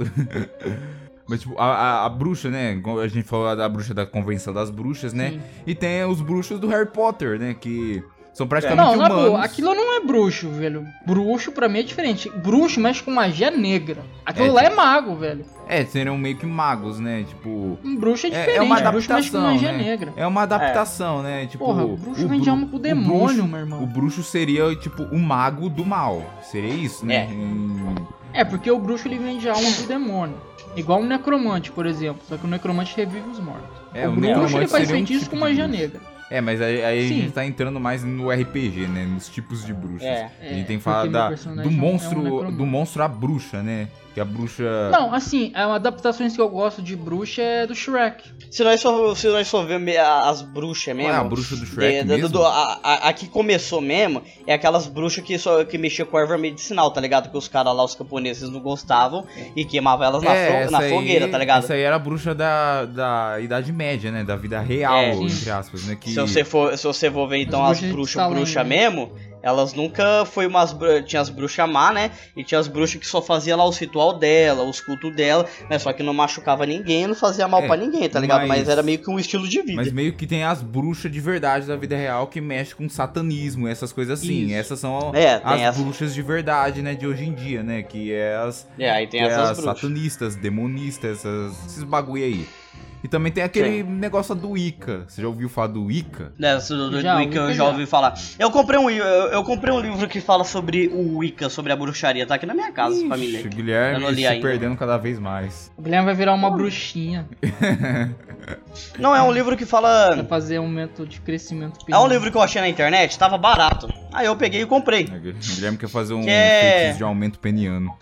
Speaker 1: Mas, tipo, a, a- a bruxa, né? igual A gente falou da bruxa da Convenção das Bruxas, né?
Speaker 3: Sim.
Speaker 1: E tem os bruxos do Harry Potter, né? Que são praticamente
Speaker 3: Não, na
Speaker 1: humanos.
Speaker 3: boa, aquilo não é bruxo, velho. Bruxo pra mim é diferente. Bruxo mexe com magia negra. Aquilo
Speaker 1: É,
Speaker 3: lá é
Speaker 1: tipo-
Speaker 3: mago, velho.
Speaker 1: É, seriam meio que magos, né? Tipo.
Speaker 3: Um bruxo é
Speaker 1: É- é
Speaker 3: diferente.
Speaker 1: uma
Speaker 3: bruxo mexe com
Speaker 1: adaptação,
Speaker 3: magia
Speaker 1: né?
Speaker 3: negra.
Speaker 1: É uma adaptação, né? Tipo.
Speaker 3: Porra, o bruxo
Speaker 1: o
Speaker 3: vende
Speaker 1: bru-
Speaker 3: alma pro
Speaker 1: o
Speaker 3: demônio,
Speaker 1: bruxo-
Speaker 3: meu irmão.
Speaker 1: O bruxo seria, tipo, o mago do mal. Seria isso, né?
Speaker 2: É.
Speaker 1: Hum,
Speaker 3: É, porque o bruxo ele vende a alma do demônio. Igual um necromante, por exemplo. Só que o necromante revive os mortos.
Speaker 1: é,
Speaker 3: o
Speaker 1: necromante
Speaker 3: bruxo ele faz
Speaker 1: seria um
Speaker 3: feitiço
Speaker 1: tipo
Speaker 3: com
Speaker 1: de
Speaker 3: magia
Speaker 1: bruxo.
Speaker 3: negra.
Speaker 1: É, mas aí, aí a
Speaker 3: Sim.
Speaker 1: gente tá entrando mais no RPG, né? Nos tipos de bruxos.
Speaker 2: É.
Speaker 1: a gente
Speaker 3: É,
Speaker 1: tem que falar
Speaker 3: porque
Speaker 1: da-
Speaker 3: meu
Speaker 1: do
Speaker 3: personagem é um
Speaker 1: monstro.
Speaker 3: necromante.
Speaker 1: do monstro à bruxa, né? Que a bruxa.
Speaker 3: Não, assim, a- adaptações que eu gosto de bruxa é do Shrek.
Speaker 2: Se nós for, se nós for ver me- a- as bruxas
Speaker 1: Ué,
Speaker 2: mesmo.
Speaker 1: a bruxa do Shrek
Speaker 2: É, da-
Speaker 1: mesmo?
Speaker 2: do- a, a- a que começou mesmo é aquelas bruxas que, só, que mexiam com erva medicinal, tá ligado? Que os caras lá, os camponeses, não gostavam e queimavam elas Tipo, na, fo-
Speaker 1: É, essa
Speaker 2: na
Speaker 1: aí-
Speaker 2: fogueira, tá ligado?
Speaker 1: Essa aí era a bruxa da, da Idade Média, né? Da vida real,
Speaker 2: É. um
Speaker 1: entre aspas, né? Que...
Speaker 2: Se, você for, se você for ver então
Speaker 3: As
Speaker 2: as
Speaker 3: bruxas de
Speaker 2: bruxas
Speaker 3: salão,
Speaker 2: bruxa
Speaker 3: né?
Speaker 2: mesmo, elas nunca foi umas. bru- Tinha as bruxas má, né? E tinha as bruxas que só fazia lá os ritual dela, os cultos dela, né? Só que não machucava ninguém, não fazia mal
Speaker 1: É,
Speaker 2: pra ninguém, tá ligado?
Speaker 1: mas-
Speaker 2: Mas... era meio que um estilo de vida.
Speaker 1: Mas meio que tem as bruxas de verdade da vida real que mexe com satanismo, essas coisas assim.
Speaker 3: Isso.
Speaker 1: Essas são
Speaker 2: É, tem
Speaker 1: as
Speaker 2: essa.
Speaker 1: bruxas de verdade, né? De hoje em dia, né? Que é as,
Speaker 2: É, aí tem
Speaker 1: que é
Speaker 2: essas
Speaker 1: as
Speaker 2: bruxas.
Speaker 1: satanistas, demonistas, essas- esses bagulho aí. E também tem aquele negócio do Ica. Você já ouviu falar do Ica?
Speaker 2: Dessa Né, do, do
Speaker 3: Já,
Speaker 2: Wicca
Speaker 3: Wicca
Speaker 2: eu
Speaker 3: já.
Speaker 2: já ouvi falar. Eu comprei, um, eu, eu comprei um livro que fala sobre o Wicca, sobre a bruxaria. Tá aqui na minha casa,
Speaker 1: Ixi,
Speaker 2: família.
Speaker 1: o
Speaker 2: Eu
Speaker 1: Guilherme
Speaker 2: não li
Speaker 1: se
Speaker 2: ainda.
Speaker 1: perdendo cada vez mais.
Speaker 3: O Guilherme vai virar uma
Speaker 2: Hum.
Speaker 3: bruxinha
Speaker 2: Não, é um livro que
Speaker 3: pra
Speaker 2: fala.
Speaker 3: fazer um método de crescimento
Speaker 2: É um livro que eu achei na internet, tava barato. Aí eu peguei e comprei.
Speaker 1: O Guilherme quer fazer um
Speaker 2: Que é-
Speaker 1: feitiço de aumento peniano.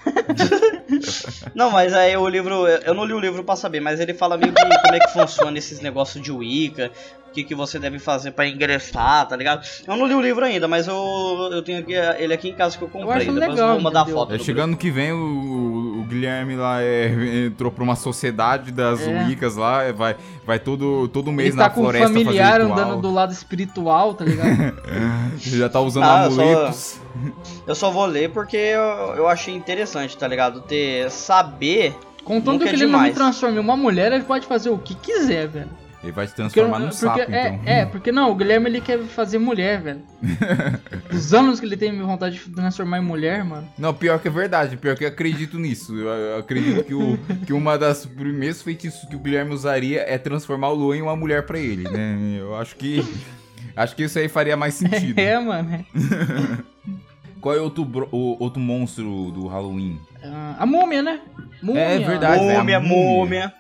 Speaker 2: Não, mas aí o livro. Eu eu não li o livro pra saber, mas ele fala meio que como é que funciona esses negócios de Wicca. O que, que você deve fazer pra ingressar, tá ligado? Eu não li o livro ainda, mas eu, eu tenho aqui, ele aqui em casa que eu comprei.
Speaker 3: acho
Speaker 2: Depois
Speaker 3: legal,
Speaker 2: eu vou mandar
Speaker 3: entendeu?
Speaker 2: foto.
Speaker 1: É,
Speaker 2: do
Speaker 1: chegando que vem, o, o Guilherme lá é, entrou pra uma sociedade das
Speaker 3: É.
Speaker 1: Wiccas lá, é, vai, vai todo, todo mês
Speaker 3: Ele tá
Speaker 1: na
Speaker 3: com um
Speaker 1: floresta
Speaker 3: familiar
Speaker 1: fazer ritual.
Speaker 3: andando do lado espiritual, tá ligado?
Speaker 1: Já tá usando
Speaker 2: Ah, eu só-
Speaker 1: amuletos.
Speaker 2: Eu só vou ler porque eu, eu achei interessante, tá ligado? Ter saber.
Speaker 3: Contando
Speaker 2: Nunca é
Speaker 3: que ele não me
Speaker 2: demais.
Speaker 3: transforme em uma mulher, ele pode fazer o que quiser, velho.
Speaker 1: Ele vai se
Speaker 3: Porque, eu-
Speaker 1: transformar num
Speaker 3: porque
Speaker 1: sapo,
Speaker 3: é,
Speaker 1: então.
Speaker 3: é, porque não, o Guilherme ele quer fazer mulher, velho. Os anos que ele tem vontade de transformar em mulher, mano.
Speaker 1: Não, pior que é verdade, pior que eu acredito nisso. Eu, eu acredito que, o, que uma das primeiros feitiços que o Guilherme usaria é transformar o Luan em uma mulher pra ele, né? Eu acho que. Acho que isso aí faria mais sentido.
Speaker 3: É, mano.
Speaker 1: Qual é outro, bro- o- outro monstro do Halloween?
Speaker 3: Ah, a múmia, né? Múmia.
Speaker 1: É verdade. velho, a
Speaker 2: Múmia,
Speaker 1: múmia.
Speaker 2: múmia.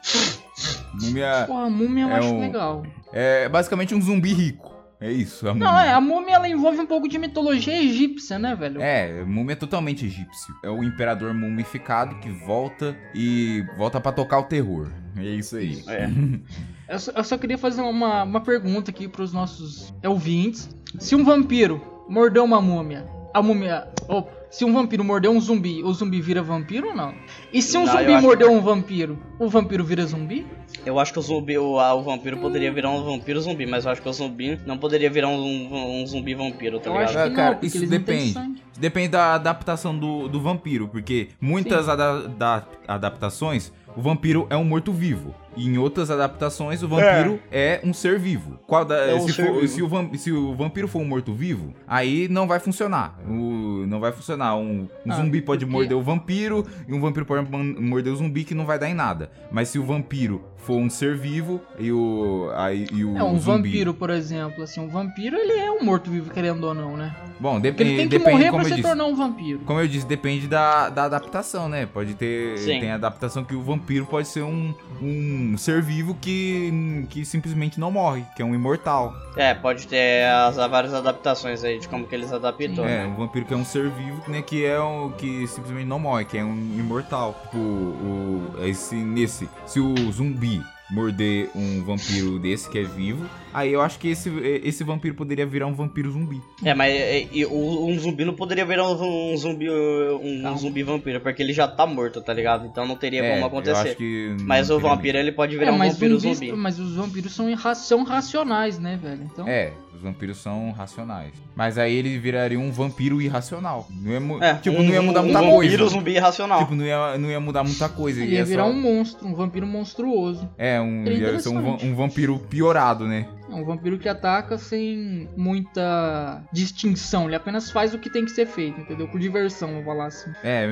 Speaker 1: Múmia
Speaker 3: Pô, a múmia eu
Speaker 1: É
Speaker 3: acho
Speaker 1: um-
Speaker 3: legal.
Speaker 1: é basicamente um zumbi rico. É isso, a múmia.
Speaker 3: Não, é, a múmia ela envolve um pouco de mitologia egípcia, né, velho?
Speaker 1: É, múmia é totalmente egípcio. É o imperador mumificado que volta e volta pra tocar o terror. É isso aí.
Speaker 2: É.
Speaker 3: Uhum. Eu só, eu só queria fazer uma, uma pergunta aqui pros nossos ouvintes. Se um vampiro mordeu uma múmia, a múmia. ou, se um vampiro mordeu um zumbi, o zumbi vira vampiro ou não? E se um
Speaker 2: Não, eu
Speaker 3: zumbi
Speaker 2: acho que-
Speaker 3: mordeu um vampiro, o vampiro vira zumbi?
Speaker 2: Eu acho que o zumbi, o, a- o vampiro poderia virar um vampiro zumbi, mas eu acho que o zumbi não poderia virar um, um- um zumbi vampiro, tá
Speaker 3: Eu
Speaker 2: ligado?
Speaker 3: acho que
Speaker 1: Ah, Cara,
Speaker 3: não, porque
Speaker 1: isso
Speaker 3: eles
Speaker 1: depende.
Speaker 3: não têm sangue.
Speaker 1: Depende da adaptação do, do vampiro, porque muitas ada- da- adaptações o vampiro é um morto-vivo. E em outras adaptações o vampiro é, um ser vivo. Qual da-
Speaker 2: É um
Speaker 1: se,
Speaker 2: ser
Speaker 1: for-
Speaker 2: vivo.
Speaker 1: se o vam- se o vampiro for um morto-vivo, aí não vai funcionar. O- não vai funcionar. Um, um
Speaker 3: Ah,
Speaker 1: zumbi pode
Speaker 3: porque-
Speaker 1: morder o vampiro e um vampiro pode man- morder o zumbi que não vai dar em nada. Mas se o vampiro for um ser vivo e o, aí, e o
Speaker 3: É, um
Speaker 1: zumbi...
Speaker 3: vampiro, por exemplo. Assim, um vampiro ele é um morto-vivo, querendo ou não, né?
Speaker 1: Bom,
Speaker 3: Porque
Speaker 1: depende
Speaker 3: ele tem que
Speaker 1: depende
Speaker 3: morrer
Speaker 1: como
Speaker 3: pra
Speaker 1: eu
Speaker 3: se
Speaker 1: disse.
Speaker 3: tornar um vampiro.
Speaker 1: Como eu disse, depende da, da adaptação, né? Pode ter.
Speaker 2: Sim.
Speaker 1: Tem adaptação que o vampiro pode ser um, um ser vivo que, que simplesmente não morre, que é um imortal.
Speaker 2: É, pode ter as, as várias adaptações aí de como que eles adaptam,
Speaker 1: é,
Speaker 2: né?
Speaker 1: um vampiro que é um ser vivo, né? Que é um. que simplesmente não morre, que é um imortal. Tipo, o. Esse, nesse. Se o zumbi morder um vampiro desse que é vivo, aí eu acho que esse, esse vampiro poderia virar um vampiro zumbi.
Speaker 2: É, mas é, e o- um zumbi não poderia virar um, um zumbi um,
Speaker 3: Não.
Speaker 2: zumbi vampiro, porque ele já tá morto, tá ligado? Então não teria como
Speaker 1: É, eu acho
Speaker 2: acontecer.
Speaker 1: que.
Speaker 2: Mas
Speaker 1: não
Speaker 2: o
Speaker 1: teria
Speaker 2: vampiro ele pode
Speaker 3: É,
Speaker 2: virar um
Speaker 3: mas,
Speaker 2: vampiro
Speaker 3: zumbis-
Speaker 2: zumbi.
Speaker 3: mas os vampiros são, irra- são racionais, né, velho? Então,
Speaker 1: É, os vampiros são racionais. Mas aí ele viraria um vampiro irracional. Não ia mu-
Speaker 2: É,
Speaker 1: tipo,
Speaker 2: um-
Speaker 1: não ia mudar
Speaker 2: um
Speaker 1: muita
Speaker 2: vampiro
Speaker 1: coisa.
Speaker 2: zumbi irracional.
Speaker 1: Tipo, não ia, não ia mudar muita coisa.
Speaker 3: ele ia
Speaker 1: só-
Speaker 3: virar um monstro, um vampiro monstruoso.
Speaker 1: É, um,
Speaker 3: Seria
Speaker 1: ia ser um, va-
Speaker 3: interessante.
Speaker 1: um vampiro piorado, né?
Speaker 3: É um vampiro que ataca sem muita distinção. Ele apenas faz o que tem que ser feito, entendeu? Por diversão, vou falar assim.
Speaker 1: É,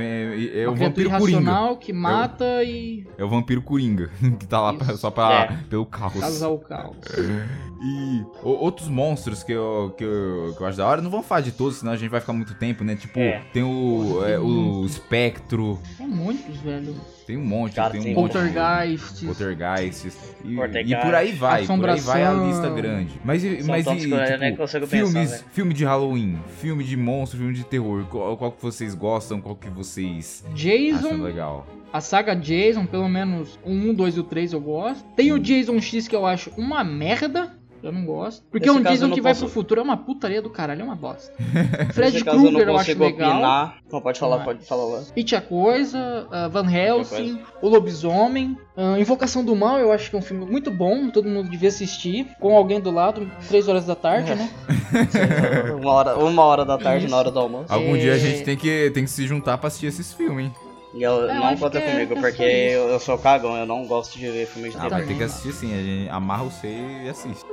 Speaker 1: é, é, é
Speaker 3: Uma
Speaker 1: o
Speaker 3: criatura
Speaker 1: vampiro É coringa.
Speaker 3: irracional que mata e
Speaker 1: É o vampiro coringa, que tá lá pra-
Speaker 3: Isso.
Speaker 1: só pra,
Speaker 2: É.
Speaker 1: pelo caos.
Speaker 3: causa o caos.
Speaker 1: É. E o- outros monstros que eu, que, eu, que eu acho da hora, não vamos falar de todos, senão a gente vai ficar muito tempo, né? Tipo,
Speaker 2: É.
Speaker 1: tem o, é, o espectro,
Speaker 3: Tem muitos, velho.
Speaker 1: tem um monte.
Speaker 2: Cara,
Speaker 1: tem um
Speaker 2: tem
Speaker 1: monte de-
Speaker 3: Poltergeist.
Speaker 1: Poltergeists. E,
Speaker 2: Poltergeist.
Speaker 1: e por aí vai, por aí vai a
Speaker 3: Assombração.
Speaker 1: lista grande. Mas, e-
Speaker 2: São
Speaker 1: mas e,
Speaker 2: tantos que eu nem
Speaker 1: tipo,
Speaker 2: consigo
Speaker 1: filmes,
Speaker 2: pensar, né? velho.
Speaker 1: filme de Halloween, filme de monstro, filme de terror, qual, qual que vocês gostam, qual que vocês acham
Speaker 3: Jason,
Speaker 1: legal?
Speaker 3: a saga Jason, pelo menos o 1, 2 e o 3 eu gosto. Tem o Jason X que eu acho uma merda. Eu não gosto. Porque
Speaker 2: Nesse
Speaker 3: um
Speaker 2: caso, eu
Speaker 3: Jason
Speaker 2: não
Speaker 3: que vai pro
Speaker 2: posso-
Speaker 3: futuro é uma putaria do caralho, é uma bosta.
Speaker 2: Nesse
Speaker 3: Fred
Speaker 2: caso,
Speaker 3: Krueger eu
Speaker 2: não
Speaker 3: acho
Speaker 2: consigo
Speaker 3: legal. é.
Speaker 2: opinar. Não, pode falar,
Speaker 3: Mas-
Speaker 2: pode falar lá.
Speaker 3: It a Coisa, ah, Van Helsing, O Lobisomem, ah, Invocação do Mal, eu acho que é um filme muito bom, todo mundo devia assistir, com alguém do lado, 3 horas da
Speaker 2: É.
Speaker 3: tarde, né?
Speaker 2: uma, hora, uma hora da tarde,
Speaker 3: Isso.
Speaker 2: na hora do almoço.
Speaker 1: Algum
Speaker 3: É.
Speaker 1: dia a gente tem que, tem que se juntar pra assistir esses filmes, hein?
Speaker 2: E eu,
Speaker 3: É, eu
Speaker 2: não
Speaker 3: acho
Speaker 2: conta
Speaker 3: que é-
Speaker 2: comigo,
Speaker 3: que é só
Speaker 2: porque
Speaker 3: isso.
Speaker 2: eu, eu sou cagão, eu não gosto de ver filmes de
Speaker 1: Ah,
Speaker 2: terror.
Speaker 1: vai ter que assistir sim, a gente amarra você e assiste.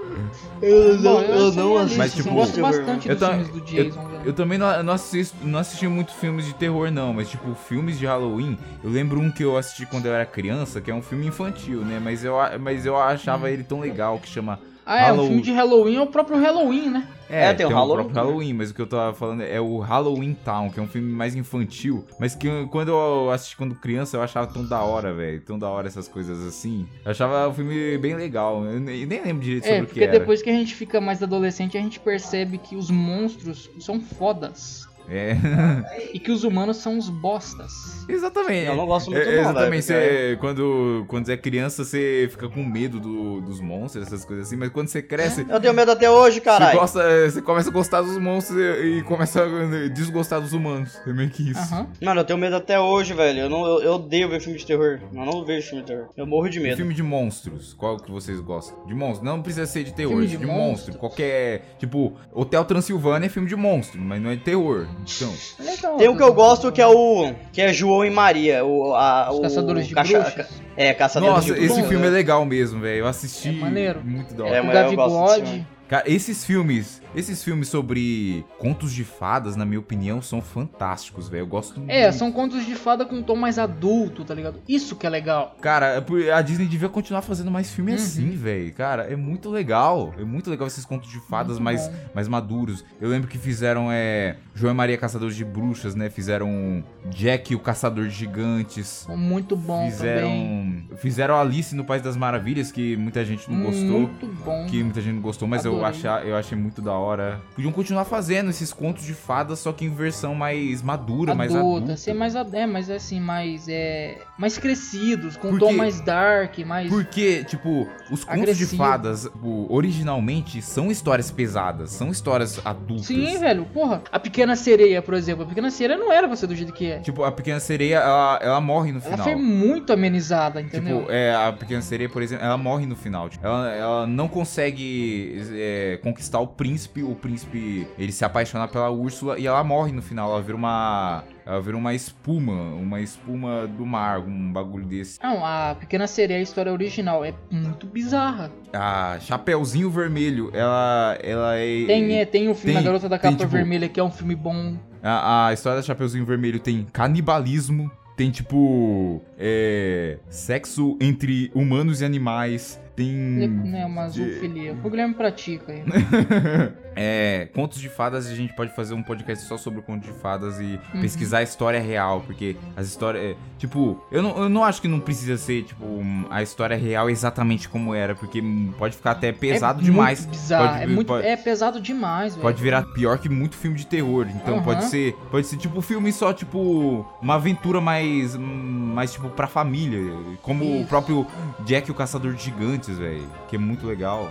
Speaker 2: Eu
Speaker 3: Tá Bom, sou realista,
Speaker 1: Mas, tipo,
Speaker 3: eu gosto bastante
Speaker 1: eu
Speaker 3: dos
Speaker 1: tam-
Speaker 3: filmes do Jason, né? velho.
Speaker 1: Eu também não, não, assisto, não assisti muito filmes de terror, não, mas tipo, filmes de Halloween, eu lembro um que eu assisti quando eu era criança, que é um filme infantil, né? Mas eu, a- mas eu achava ele tão legal que chama
Speaker 3: Ah, é,
Speaker 1: Halloween.
Speaker 3: um filme de Halloween é o próprio Halloween, né?
Speaker 1: É,
Speaker 2: É,
Speaker 1: tem,
Speaker 2: tem o
Speaker 1: o
Speaker 2: Halloween,
Speaker 1: próprio
Speaker 2: né?
Speaker 1: Halloween, mas o que eu tava falando é o Halloween Town, que é um filme mais infantil, mas que eu- quando eu assisti quando criança eu achava tão da hora, velho, tão da hora essas coisas assim. Eu achava o filme bem legal, eu nem nem lembro direito
Speaker 3: É,
Speaker 1: sobre o que
Speaker 3: porque
Speaker 1: era.
Speaker 3: depois que a gente fica mais adolescente, a gente percebe que os monstros são fodas.
Speaker 1: É,
Speaker 3: E que os humanos são os bostas.
Speaker 1: exatamente.
Speaker 2: Eu não gosto muito
Speaker 1: É,
Speaker 2: não, velho,
Speaker 1: exatamente,
Speaker 2: porque-
Speaker 1: você- quando, quando você é criança, você fica com medo do- dos monstros, essas coisas assim, mas quando você cresce,
Speaker 2: Eu tenho medo até hoje,
Speaker 1: você,
Speaker 2: caralho.
Speaker 1: gosta- você começa a gostar dos monstros e, e começa a desgostar dos humanos. É meio que isso.
Speaker 3: Aham.
Speaker 2: Mano, eu tenho medo até hoje, velho. Eu, não, eu, eu odeio ver filme de terror. Eu não vejo filme de terror. Eu morro de
Speaker 1: E
Speaker 2: medo.
Speaker 1: Filme de monstros, qual que vocês gostam? De monstros, não precisa ser de terror,
Speaker 3: Filme
Speaker 1: de,
Speaker 3: de
Speaker 1: monstro.
Speaker 3: monstros.
Speaker 1: Qualquer, tipo, Hotel Transilvânia é filme de monstro, mas não é de terror. Então,
Speaker 3: Legal.
Speaker 2: Tem um que eu gosto que é o. que é João e Maria. O, a,
Speaker 3: Os
Speaker 2: o
Speaker 3: Caçadores de
Speaker 2: cacha- ca-
Speaker 3: Bruxas.
Speaker 2: É, Caçadores
Speaker 1: nossa,
Speaker 2: de Bruxas.
Speaker 1: esse
Speaker 3: bom,
Speaker 1: filme
Speaker 2: né?
Speaker 1: é legal mesmo, velho. Eu assisti
Speaker 3: É maneiro.
Speaker 1: muito da
Speaker 2: É,
Speaker 1: hora.
Speaker 3: o
Speaker 2: mas eu gosto desse
Speaker 3: Gavigode.
Speaker 2: filme.
Speaker 1: Cara, esses filmes, esses filmes sobre contos de fadas, na minha opinião, são fantásticos, velho. Eu gosto muito.
Speaker 3: É, são contos de fada com um tom mais adulto, tá ligado? Isso que é legal.
Speaker 1: Cara, a Disney devia continuar fazendo mais
Speaker 3: Uhum.
Speaker 1: filme assim, velho. Cara, é muito legal. É muito legal esses contos de fadas
Speaker 3: Muito
Speaker 1: mais,
Speaker 3: bom.
Speaker 1: mais maduros. Eu lembro que fizeram, é... João e Maria Caçador de Bruxas, né? Fizeram Jack e o Caçador de Gigantes.
Speaker 3: Muito bom também.
Speaker 1: Fizeram, fizeram Alice no País das Maravilhas, que muita gente não gostou.
Speaker 3: Muito bom.
Speaker 1: um Que muita gente não gostou, mas eu,
Speaker 3: Hum. Adorei.
Speaker 1: achar, eu achei muito da hora. Podiam continuar fazendo esses contos de fadas, só que em versão mais madura, mais adulta.
Speaker 3: adulta, ser mais ad- é, mas assim, mais é, mais crescidos, com um
Speaker 1: Porque-
Speaker 3: tom mais dark, mais
Speaker 1: Porque, tipo, os contos de
Speaker 3: Agressivo.
Speaker 1: fadas, tipo, originalmente, são histórias pesadas, são histórias adultas.
Speaker 3: Sim, velho, porra. A Pequena Sereia, por exemplo, a Pequena Sereia não era pra ser do jeito que é.
Speaker 1: Tipo, a pequena sereia, ela, ela morre no
Speaker 3: Ela
Speaker 1: final.
Speaker 3: foi muito amenizada, entendeu?
Speaker 1: Tipo, é, a pequena sereia, por exemplo, ela morre no final. Tipo, Ela, ela não consegue é, conquistar o príncipe. O príncipe, ele se apaixona pela Úrsula e ela morre no final. Ela vira uma... Ela vira uma espuma, uma espuma do mar, um bagulho desse.
Speaker 3: Não, a Pequena Sereia, a história original, é muito bizarra.
Speaker 1: A Chapeuzinho Vermelho, ela, ela é...
Speaker 3: Tem, é, tem o filme
Speaker 1: tem-
Speaker 3: A Garota da
Speaker 1: tem,
Speaker 3: Capa
Speaker 1: tipo-
Speaker 3: Vermelha, que é um filme bom.
Speaker 1: A, a história da Chapeuzinho Vermelho tem canibalismo, tem tipo. É, sexo entre humanos e animais, tem.
Speaker 3: né, uma
Speaker 1: Hum, de-
Speaker 3: zoofilia. O Guilherme pratica aí.
Speaker 1: é, contos de fadas, a gente pode fazer um podcast só sobre contos de fadas e
Speaker 3: Uhum.
Speaker 1: pesquisar a história real, porque as histórias. é, tipo, eu não, eu não acho que não precisa ser, tipo, um, a história real exatamente como era, porque hum, pode ficar até pesado
Speaker 3: é
Speaker 1: demais.
Speaker 3: Muito bizarro.
Speaker 1: Pode-
Speaker 3: é, muito,
Speaker 1: pode-
Speaker 3: é pesado demais, velho.
Speaker 1: Pode virar pior que muito filme de terror. Então
Speaker 3: Aham.
Speaker 1: pode ser, pode ser tipo um filme só tipo uma aventura mais hum, mais tipo pra família, como o
Speaker 3: Isso.
Speaker 1: próprio Jack e o Caçador de Gigantes, velho, que é muito legal.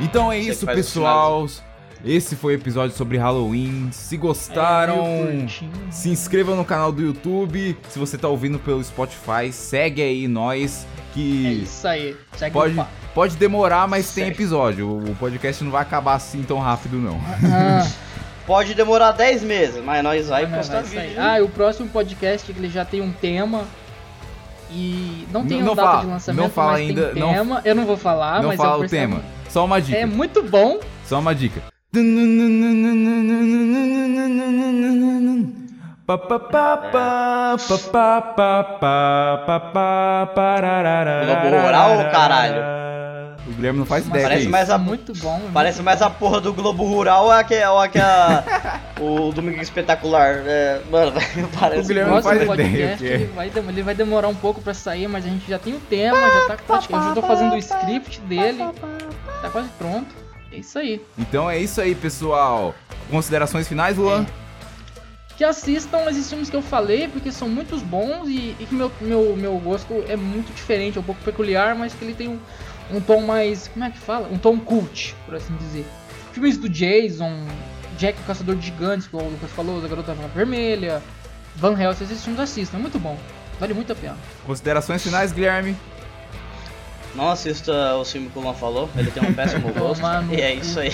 Speaker 1: Então é
Speaker 2: Você
Speaker 1: isso,
Speaker 2: que faz os
Speaker 1: pessoal. Esse foi o episódio sobre Halloween. Se gostaram,
Speaker 3: É, meio curtinho.
Speaker 1: se inscreva no canal do YouTube. Se você tá ouvindo pelo Spotify, segue aí nós.
Speaker 3: É
Speaker 1: Que
Speaker 3: isso aí. Segue
Speaker 1: pode,
Speaker 3: o papo.
Speaker 1: pode demorar, mas tem
Speaker 3: Segue.
Speaker 1: episódio. O o podcast não vai acabar assim tão rápido, não.
Speaker 3: Ah,
Speaker 2: Pode demorar 10 meses, mas nós vai
Speaker 3: não,
Speaker 2: postar
Speaker 3: vai
Speaker 2: vídeo.
Speaker 3: sair. Ah, e o próximo podcast que ele já tem um tema. E não tem
Speaker 1: Não- não
Speaker 3: data
Speaker 1: fala,
Speaker 3: de lançamento,
Speaker 1: não fala
Speaker 3: mas
Speaker 1: ainda,
Speaker 3: tem
Speaker 1: não-
Speaker 3: tema. Eu não vou falar,
Speaker 1: não
Speaker 3: mas é
Speaker 1: fala
Speaker 3: um
Speaker 1: o tema. Só uma dica.
Speaker 3: É muito bom.
Speaker 1: Só uma dica.
Speaker 2: Rural,
Speaker 1: O Guilherme não faz
Speaker 3: Mas
Speaker 1: ideia. que é
Speaker 2: Parece
Speaker 1: isso.
Speaker 2: mais a
Speaker 3: Muito bom. é
Speaker 2: Parece mais a porra do Globo Rural é ou aquele. Ou aquela, o Domingo Espetacular. É, mano, parece.
Speaker 1: O Guilherme
Speaker 3: O
Speaker 1: não
Speaker 3: próximo
Speaker 1: faz ideia o
Speaker 3: podcast
Speaker 1: que é.
Speaker 3: ele vai, dem- ele vai demorar um pouco pra sair, mas a gente já tem o tema, já tá praticamente. Eu já tô fazendo o script dele. Tá quase pronto. É isso aí.
Speaker 1: Então é isso aí, pessoal. Considerações finais, Luan?
Speaker 3: Que assistam esses filmes que eu falei, porque são muitos bons e, e que meu, meu, meu gosto é muito diferente, é um pouco peculiar, mas que ele tem um, um tom mais. Como é que fala? Um tom cult, por assim dizer. Filmes do Jason, Jack o Caçador de Gigantes, que o Lucas falou, da Garota Vermelha, Van Helsing, esses filmes assistam, é muito bom. Vale muito a pena.
Speaker 1: Considerações finais, Guilherme?
Speaker 2: Não assista é o filme que o Luan falou, ele tem um péssimo gosto.
Speaker 3: Tomar no
Speaker 2: E é
Speaker 3: cu.
Speaker 2: isso aí.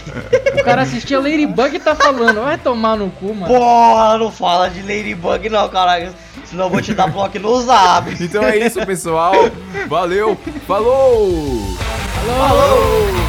Speaker 3: O cara assistia Ladybug e tá falando, vai tomar no cu, mano.
Speaker 2: Porra, não fala de Ladybug não, caralho. Senão eu vou te dar bloco no zap.
Speaker 1: Então é isso, pessoal. Valeu, falou!
Speaker 3: Falou!
Speaker 2: Falou!